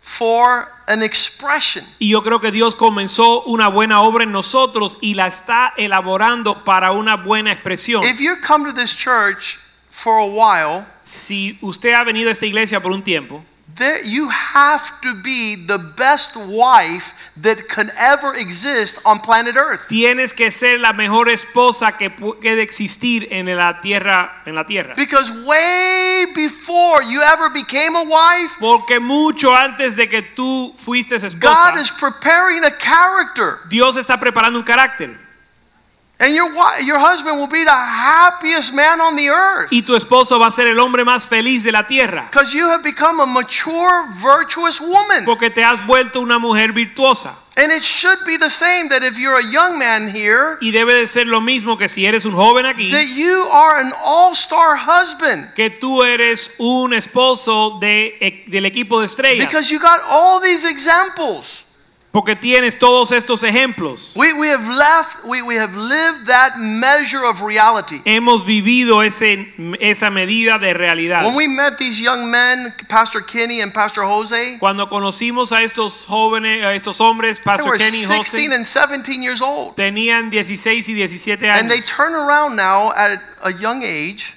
[SPEAKER 1] for an expression.
[SPEAKER 2] Y yo creo que Dios comenzó una buena obra en nosotros y la está elaborando para una buena expresión.
[SPEAKER 1] If you come to this church for a while,
[SPEAKER 2] si usted ha venido a esta iglesia por un tiempo,
[SPEAKER 1] there, you have to be the best wife that can ever exist on planet Earth.
[SPEAKER 2] tienes que ser la mejor esposa que puede existir en la tierra, en la tierra.
[SPEAKER 1] Because way before you ever became a wife,
[SPEAKER 2] Porque mucho antes de que tú fuiste esposa,
[SPEAKER 1] God is preparing a character.
[SPEAKER 2] Dios está preparando un carácter
[SPEAKER 1] And your, wi- your husband will be the happiest man on the earth.
[SPEAKER 2] y tu esposo va a ser el hombre más feliz de la tierra,
[SPEAKER 1] Because you have become a mature, virtuous woman.
[SPEAKER 2] porque te has vuelto una mujer virtuosa
[SPEAKER 1] And it should be the same that if you're a young man here,
[SPEAKER 2] y debe de ser lo mismo que si eres un joven aquí.
[SPEAKER 1] that you are an all star husband.
[SPEAKER 2] que tú eres un esposo de, e-, del equipo de estrellas
[SPEAKER 1] Because you got all these examples.
[SPEAKER 2] porque tienes todos estos ejemplos
[SPEAKER 1] We, we have left, we, we have lived that measure of reality.
[SPEAKER 2] hemos vivido ese, esa medida de realidad
[SPEAKER 1] When we met these young men, Pastor Kenny and Pastor Jose,
[SPEAKER 2] cuando conocimos a estos jóvenes a estos hombres
[SPEAKER 1] they
[SPEAKER 2] Pastor
[SPEAKER 1] were
[SPEAKER 2] Kenny y
[SPEAKER 1] 16
[SPEAKER 2] José
[SPEAKER 1] and 17 years old.
[SPEAKER 2] tenían 16 y 17
[SPEAKER 1] And they
[SPEAKER 2] años
[SPEAKER 1] turn around now at a young age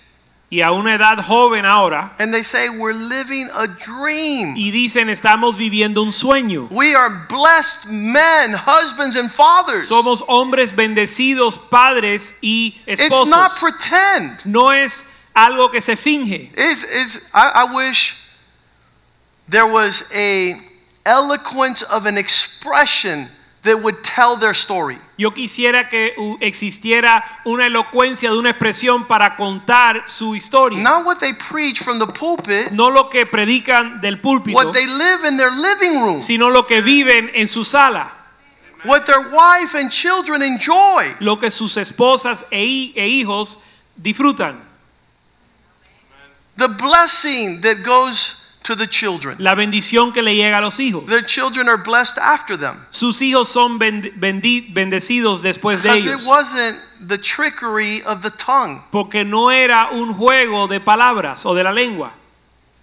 [SPEAKER 2] y a una edad joven ahora
[SPEAKER 1] and they say, We're living a dream.
[SPEAKER 2] y dicen estamos viviendo un sueño
[SPEAKER 1] We are blessed men, husbands, and fathers.
[SPEAKER 2] somos hombres bendecidos padres y
[SPEAKER 1] It's
[SPEAKER 2] esposos
[SPEAKER 1] not pretend.
[SPEAKER 2] no es algo que se finge
[SPEAKER 1] It's, it's, I, I wish there was a eloquence of an expression that would tell their story.
[SPEAKER 2] Yo quisiera que uh, existiera una elocuencia de una expresión para contar su historia. No,
[SPEAKER 1] Not what they preach from the pulpit,
[SPEAKER 2] lo que predican del púlpito,
[SPEAKER 1] what they live in their living room,
[SPEAKER 2] sino lo que viven en su sala,
[SPEAKER 1] what their wife and children enjoy.
[SPEAKER 2] lo que sus esposas e, hi- e hijos disfrutan,
[SPEAKER 1] The blessing that goes to the children.
[SPEAKER 2] la bendición que le llega a los hijos.
[SPEAKER 1] Their children are blessed after them.
[SPEAKER 2] Sus hijos son ben- bendi- bendecidos después de
[SPEAKER 1] Because it
[SPEAKER 2] ellos,
[SPEAKER 1] wasn't the trickery of the tongue,
[SPEAKER 2] porque no era un juego de palabras o de la lengua,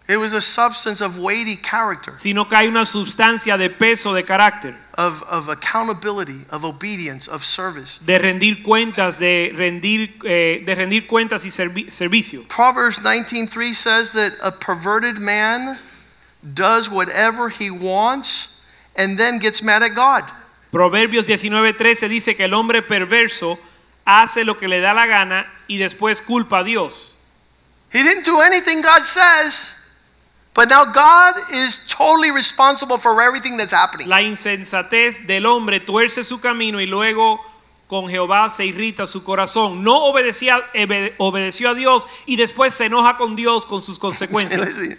[SPEAKER 1] it was a substance of weighty character.
[SPEAKER 2] sino que hay una sustancia de peso de carácter,
[SPEAKER 1] of, of accountability, of obedience, of service.
[SPEAKER 2] de rendir cuentas, de rendir, eh, de rendir cuentas y servi- servicio.
[SPEAKER 1] Proverbs 19:3 says that a perverted man does whatever he wants and then gets mad at God.
[SPEAKER 2] Proverbios 19:13 dice que el hombre perverso hace lo que le da la gana y después culpa a Dios.
[SPEAKER 1] He didn't do anything God says, but now God is totally responsible for everything that's happening.
[SPEAKER 2] La insensatez del hombre tuerce su camino y luego con Jehová se irrita su corazón. No obedecía, obede- obedeció a Dios y después se enoja con Dios con sus consecuencias.
[SPEAKER 1] Listen,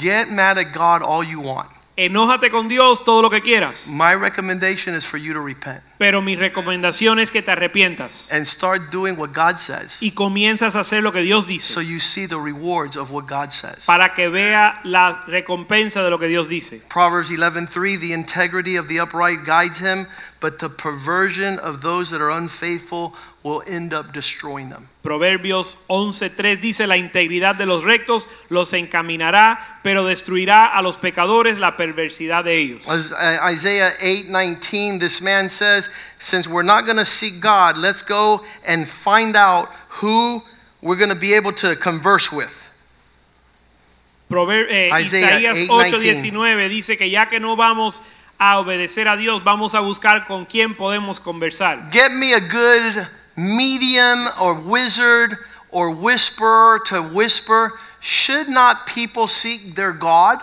[SPEAKER 1] Get mad at God all you want.
[SPEAKER 2] Enójate con Dios todo lo que quieras,
[SPEAKER 1] My recommendation is for you to repent
[SPEAKER 2] pero mi recomendación es que te arrepientas
[SPEAKER 1] and start doing what God says
[SPEAKER 2] y comienzas a hacer lo que Dios
[SPEAKER 1] so
[SPEAKER 2] dice
[SPEAKER 1] you see the rewards of what God says.
[SPEAKER 2] para que vea la recompensa de lo que Dios dice.
[SPEAKER 1] Proverbs 11:3 The integrity of the upright guides him, but the perversion of those that are unfaithful will end up destroying them.
[SPEAKER 2] Proverbios 11:3 dice, la integridad de los rectos los encaminará, pero destruirá a los pecadores la perversidad de ellos.
[SPEAKER 1] As- uh, Isaiah 8:19 this man says, since we're not going to seek God, let's go and find out who we're going to be able to converse with.
[SPEAKER 2] Prover- eh,
[SPEAKER 1] Isaiah
[SPEAKER 2] Isaías
[SPEAKER 1] 8:19.
[SPEAKER 2] 8:19 dice que ya que no vamos a obedecer a Dios, vamos a buscar con quién podemos conversar.
[SPEAKER 1] Get me a good medium or wizard or whisperer to whisper. Should not people seek their God?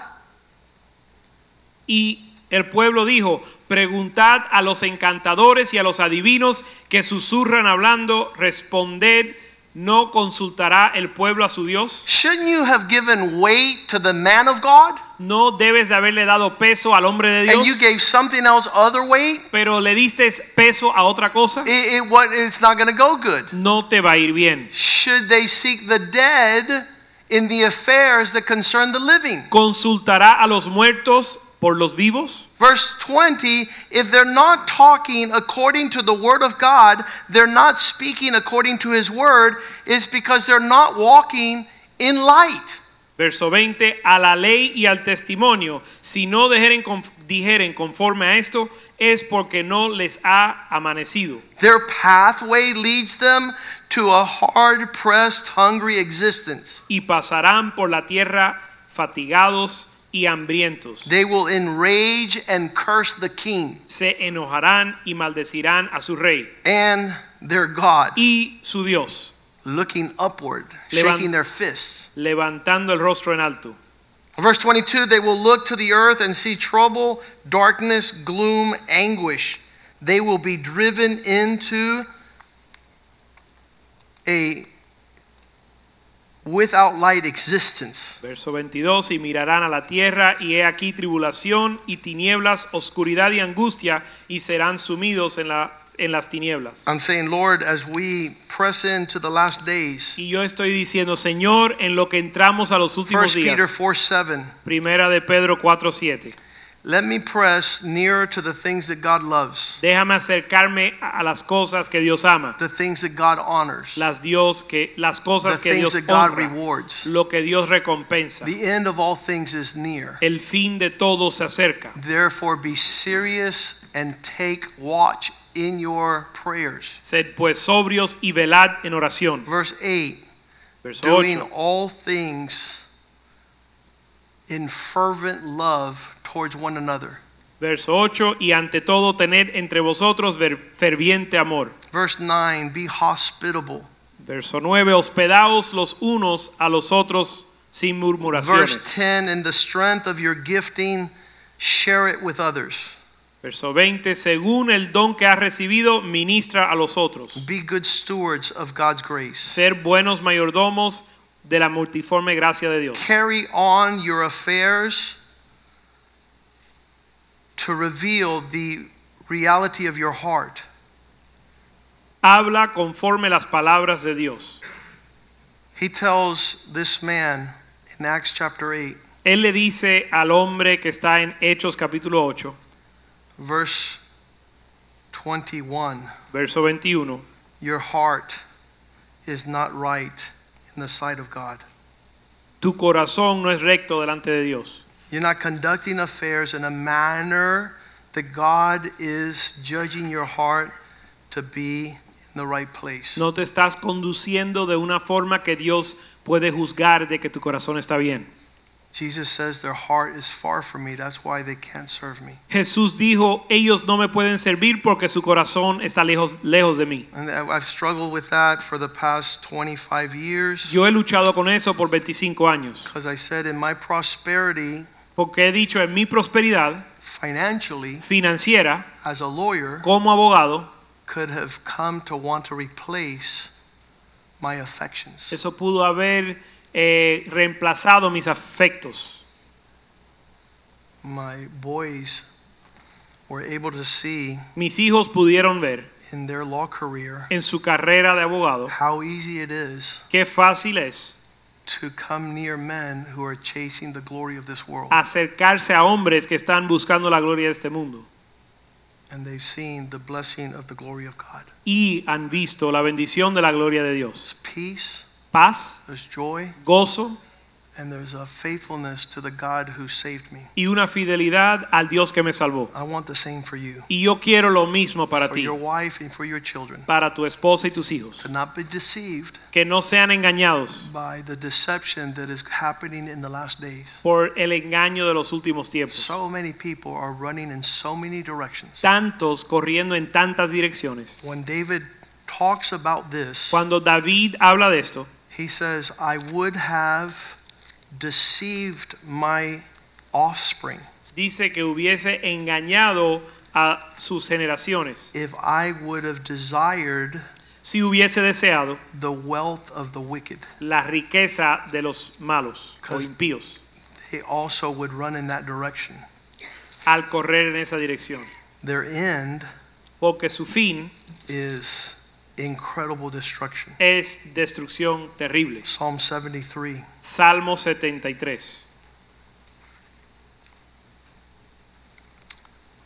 [SPEAKER 2] Y el pueblo dijo, preguntad a los encantadores y a los adivinos que susurran hablando, responded, ¿no consultará el pueblo a su Dios?
[SPEAKER 1] Shouldn't you have given weight to the man of God?
[SPEAKER 2] ¿No debes de haberle dado peso al hombre de
[SPEAKER 1] and
[SPEAKER 2] Dios?
[SPEAKER 1] you gave something else other weight,
[SPEAKER 2] pero le diste peso a otra cosa,
[SPEAKER 1] it, it what it's not going to go good.
[SPEAKER 2] no te va a ir bien.
[SPEAKER 1] Should they seek the dead in the affairs that concern the living?
[SPEAKER 2] Consultará a los muertos por los vivos.
[SPEAKER 1] Verse 20, if they're not talking according to the word of God, they're not speaking according to his word, it's because they're not walking in light.
[SPEAKER 2] Verso 20, a la ley y al testimonio, si no dijeren, conf- dijeren conforme a esto, es porque no les ha amanecido.
[SPEAKER 1] Their pathway leads them to a hard pressed, hungry existence.
[SPEAKER 2] Y pasarán por la tierra fatigados y hambrientos.
[SPEAKER 1] They will enrage and curse the king
[SPEAKER 2] Se enojarán y maldecirán a su rey
[SPEAKER 1] and their God,
[SPEAKER 2] y su Dios,
[SPEAKER 1] looking upward,
[SPEAKER 2] Levan-
[SPEAKER 1] shaking their fists.
[SPEAKER 2] levantando el rostro en alto.
[SPEAKER 1] Verse 22 They will look to the earth and see trouble, darkness, gloom, anguish. They will be driven into a without light existence.
[SPEAKER 2] Verso 22, y mirarán a la tierra, y he aquí tribulación y tinieblas, oscuridad y angustia, y serán sumidos en, la- en las tinieblas.
[SPEAKER 1] I'm saying, Lord, as we press into the last days,
[SPEAKER 2] Y yo estoy diciendo, Señor, en lo que entramos a los
[SPEAKER 1] 1
[SPEAKER 2] últimos
[SPEAKER 1] Peter
[SPEAKER 2] días,
[SPEAKER 1] 4 7,
[SPEAKER 2] primera de Pedro 4:7,
[SPEAKER 1] let me press nearer to the things that God loves,
[SPEAKER 2] déjame acercarme a a las cosas que Dios ama,
[SPEAKER 1] the things that God honors,
[SPEAKER 2] las, Dios que, las
[SPEAKER 1] the
[SPEAKER 2] cosas que
[SPEAKER 1] things
[SPEAKER 2] Dios
[SPEAKER 1] that God
[SPEAKER 2] honra,
[SPEAKER 1] rewards.
[SPEAKER 2] lo que Dios recompensa.
[SPEAKER 1] The end of all things is near.
[SPEAKER 2] El fin de todo se acerca.
[SPEAKER 1] Therefore, be serious and take watch in your prayers.
[SPEAKER 2] Sed pues sobrios y velad en oración.
[SPEAKER 1] Verse 8
[SPEAKER 2] Verso
[SPEAKER 1] doing
[SPEAKER 2] 8.
[SPEAKER 1] all things in fervent love towards one another.
[SPEAKER 2] Verso 8, y ante todo tened entre vosotros ver- ferviente amor.
[SPEAKER 1] Verse 9 be hospitable.
[SPEAKER 2] Verso 9, hospedaos los unos a los otros sin murmuraciones.
[SPEAKER 1] Verse 10 in the strength of your gifting, share it with others.
[SPEAKER 2] Verso 20, según el don que has recibido, ministra a los otros.
[SPEAKER 1] Be good stewards of God's grace.
[SPEAKER 2] Ser buenos mayordomos de la multiforme gracia de Dios.
[SPEAKER 1] Carry on your affairs to reveal the reality of your heart.
[SPEAKER 2] Habla conforme las palabras de Dios.
[SPEAKER 1] He tells this man in Acts chapter 8,
[SPEAKER 2] Él le dice al hombre que está en Hechos capítulo 8,
[SPEAKER 1] verse 21,
[SPEAKER 2] verso 21,
[SPEAKER 1] Your heart is not right in the sight of God.
[SPEAKER 2] tu corazón no es recto delante de Dios.
[SPEAKER 1] You're not conducting affairs in a manner that God is judging your heart to be in the right place.
[SPEAKER 2] No te estás conduciendo de una forma que Dios puede juzgar de que tu corazón está bien.
[SPEAKER 1] Jesus says, Their heart is far from me. That's why they can't serve me.
[SPEAKER 2] Jesús dijo, ellos no me pueden servir porque su corazón está lejos, lejos de mí.
[SPEAKER 1] And I- I've struggled with that for the past 25 years
[SPEAKER 2] Yo he luchado con eso por 25 años,
[SPEAKER 1] because I said, In my prosperity,
[SPEAKER 2] porque he dicho en mi prosperidad
[SPEAKER 1] financially,
[SPEAKER 2] financiera
[SPEAKER 1] as a lawyer,
[SPEAKER 2] como abogado,
[SPEAKER 1] could have come to want to replace my affections.
[SPEAKER 2] eso pudo haber eh, reemplazado mis afectos.
[SPEAKER 1] My boys were able to see
[SPEAKER 2] Mis hijos pudieron ver
[SPEAKER 1] in their law career
[SPEAKER 2] en su carrera de abogado
[SPEAKER 1] how easy it is
[SPEAKER 2] qué fácil es
[SPEAKER 1] to come near men who are chasing the glory of this world.
[SPEAKER 2] Ah. acercarse a hombres que están buscando la gloria de este mundo.
[SPEAKER 1] And they've seen the blessing of the glory of God.
[SPEAKER 2] y han visto la bendición de la gloria de Dios.
[SPEAKER 1] There's peace,
[SPEAKER 2] Paz,
[SPEAKER 1] there's joy,
[SPEAKER 2] gozo
[SPEAKER 1] and there's a faithfulness to the God who saved me.
[SPEAKER 2] y una fidelidad al Dios que me salvó.
[SPEAKER 1] I want the same for you,
[SPEAKER 2] Y yo quiero lo mismo para
[SPEAKER 1] for
[SPEAKER 2] ti,
[SPEAKER 1] your wife and for your children.
[SPEAKER 2] para tu esposa y tus hijos,
[SPEAKER 1] To not be deceived
[SPEAKER 2] que no sean engañados
[SPEAKER 1] by the deception that is happening in the last days.
[SPEAKER 2] por el engaño de los últimos tiempos.
[SPEAKER 1] So many people are running in so many directions.
[SPEAKER 2] Tantos corriendo en tantas direcciones.
[SPEAKER 1] When David talks about this,
[SPEAKER 2] Cuando David habla de esto,
[SPEAKER 1] he says, I would have deceived my offspring
[SPEAKER 2] dice que hubiese engañado a sus generaciones
[SPEAKER 1] if I would have desired
[SPEAKER 2] si hubiese deseado
[SPEAKER 1] the wealth of the wicked.
[SPEAKER 2] la riqueza de los malos o impíos
[SPEAKER 1] They also would run in that direction.
[SPEAKER 2] al correr en esa dirección.
[SPEAKER 1] Their end
[SPEAKER 2] porque su fin
[SPEAKER 1] is incredible destruction.
[SPEAKER 2] es destrucción terrible.
[SPEAKER 1] Psalm 73.
[SPEAKER 2] Salmo 73.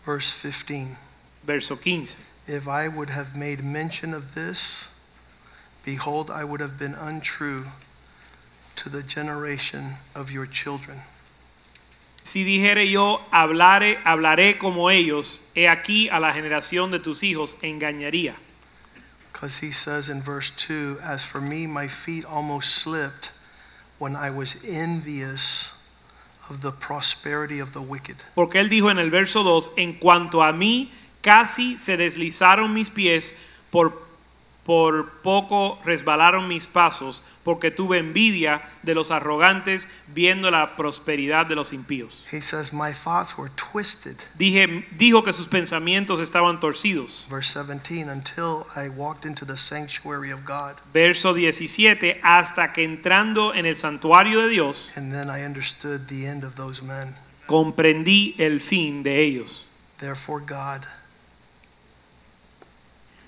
[SPEAKER 1] verse 15.
[SPEAKER 2] verso 15.
[SPEAKER 1] If I would have made mention of this, behold, I would have been untrue to the generation of your children.
[SPEAKER 2] Si dijere yo, hablare, hablaré como ellos, he aquí a la generación de tus hijos engañaría.
[SPEAKER 1] Because he says in verse 2 As for me, my feet almost slipped when I was envious of the prosperity of the wicked.
[SPEAKER 2] Porque él dijo en el verso 2, en cuanto a mí, casi se deslizaron mis pies, por, por poco resbalaron mis pasos, porque tuve envidia de los arrogantes viendo la prosperidad de los impíos.
[SPEAKER 1] He says, My thoughts were twisted.
[SPEAKER 2] Dije, dijo que sus pensamientos estaban torcidos.
[SPEAKER 1] Verse 17 Until I walked into the sanctuary of God,
[SPEAKER 2] Verso 17, hasta que entrando en el santuario de Dios,
[SPEAKER 1] and then I understood the end of those men.
[SPEAKER 2] comprendí el fin de ellos.
[SPEAKER 1] Therefore, God.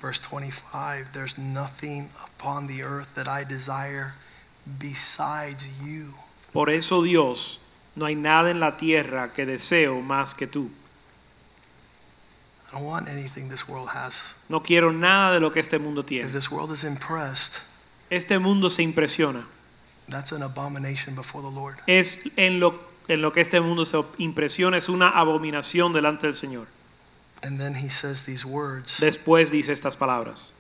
[SPEAKER 1] Verse 25 There's nothing upon the earth that I desire besides you.
[SPEAKER 2] Por eso Dios, no hay nada en la tierra que deseo más que tú.
[SPEAKER 1] I don't want anything this world has.
[SPEAKER 2] No quiero nada de lo que este mundo
[SPEAKER 1] If
[SPEAKER 2] tiene.
[SPEAKER 1] this world is impressed,
[SPEAKER 2] Este mundo se impresiona.
[SPEAKER 1] that's an abomination before the Lord.
[SPEAKER 2] Es en lo, en lo que este mundo se impresiona, es una abominación delante del Señor.
[SPEAKER 1] And then he says these words
[SPEAKER 2] Después dice estas palabras.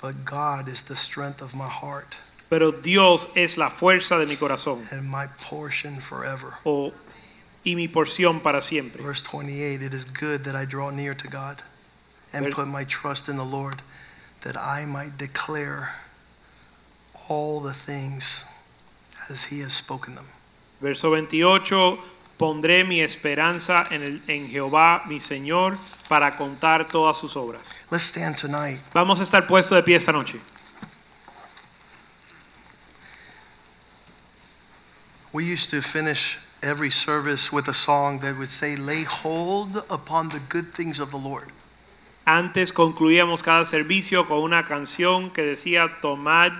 [SPEAKER 1] But God is the strength of my heart
[SPEAKER 2] Pero Dios es la fuerza de mi corazón
[SPEAKER 1] and my portion forever.
[SPEAKER 2] o, y mi porción para siempre.
[SPEAKER 1] Verse 28 It is good that I draw near to God and
[SPEAKER 2] Ver-
[SPEAKER 1] put my trust in the Lord that I might declare all the things as he has spoken them.
[SPEAKER 2] Verso 28, pondré mi esperanza en, el- en Jehová, mi Señor, para contar todas sus obras.
[SPEAKER 1] Let's stand tonight.
[SPEAKER 2] Vamos a estar puestos de pie esta noche.
[SPEAKER 1] We used to finish every service with a song that would say, Lay hold upon the good things of the Lord.
[SPEAKER 2] Antes concluíamos cada servicio con una canción que decía tomad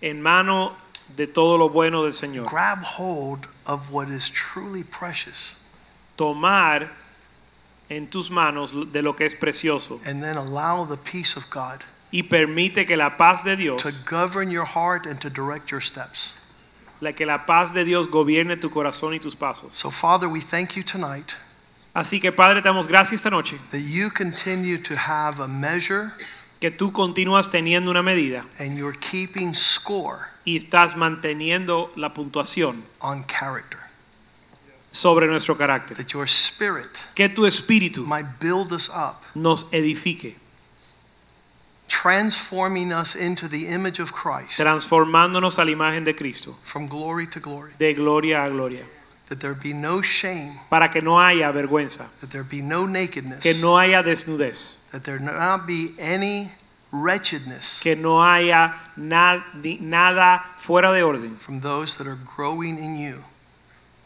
[SPEAKER 2] en mano de todo lo bueno del Señor.
[SPEAKER 1] Grab hold of what is truly precious
[SPEAKER 2] Tomar en tus manos de lo que es precioso
[SPEAKER 1] and then allow the peace of God
[SPEAKER 2] y permite que la paz de Dios,
[SPEAKER 1] to govern your heart and to direct your steps.
[SPEAKER 2] la que la paz de Dios gobierne tu corazón y tus pasos.
[SPEAKER 1] So, Father, we thank you tonight
[SPEAKER 2] Así que Padre, te damos gracias esta noche
[SPEAKER 1] that you continue to have a measure
[SPEAKER 2] que tú continúas teniendo una medida
[SPEAKER 1] and you're keeping score
[SPEAKER 2] y estás manteniendo la puntuación
[SPEAKER 1] on character,
[SPEAKER 2] sobre nuestro carácter.
[SPEAKER 1] that your spirit
[SPEAKER 2] Que tu espíritu
[SPEAKER 1] might build us up,
[SPEAKER 2] nos edifique,
[SPEAKER 1] transforming us into the image of Christ
[SPEAKER 2] transformándonos a la imagen de Cristo.
[SPEAKER 1] from glory to glory,
[SPEAKER 2] de gloria a gloria,
[SPEAKER 1] that there be no shame,
[SPEAKER 2] para que no haya vergüenza,
[SPEAKER 1] that there be no nakedness,
[SPEAKER 2] que no haya desnudez,
[SPEAKER 1] that there not be any wretchedness.
[SPEAKER 2] que no haya na- ni- nada fuera de orden
[SPEAKER 1] from those that are growing in you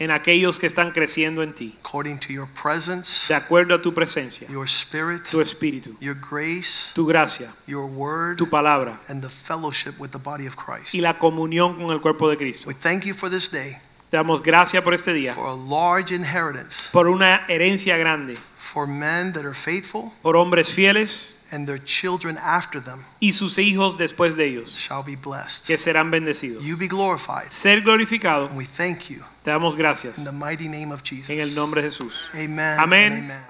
[SPEAKER 2] en aquellos que están creciendo en ti,
[SPEAKER 1] according to your presence,
[SPEAKER 2] de acuerdo a tu presencia,
[SPEAKER 1] your spirit,
[SPEAKER 2] tu espíritu,
[SPEAKER 1] your grace,
[SPEAKER 2] tu gracia,
[SPEAKER 1] your word,
[SPEAKER 2] tu palabra
[SPEAKER 1] and the fellowship with the body of Christ.
[SPEAKER 2] y la comunión con el cuerpo de Cristo.
[SPEAKER 1] We thank you for this day,
[SPEAKER 2] Te damos gracias por este día,
[SPEAKER 1] for a large inheritance,
[SPEAKER 2] por una herencia grande,
[SPEAKER 1] for men that are faithful,
[SPEAKER 2] por hombres fieles
[SPEAKER 1] and their children after them
[SPEAKER 2] y sus hijos después de ellos,
[SPEAKER 1] shall be blessed.
[SPEAKER 2] que serán bendecidos.
[SPEAKER 1] You be glorified.
[SPEAKER 2] Ser glorificado,
[SPEAKER 1] And we thank you
[SPEAKER 2] te damos
[SPEAKER 1] in
[SPEAKER 2] gracias
[SPEAKER 1] the mighty name of Jesus.
[SPEAKER 2] en el nombre de Jesús.
[SPEAKER 1] Amen. and
[SPEAKER 2] Amén.
[SPEAKER 1] amen.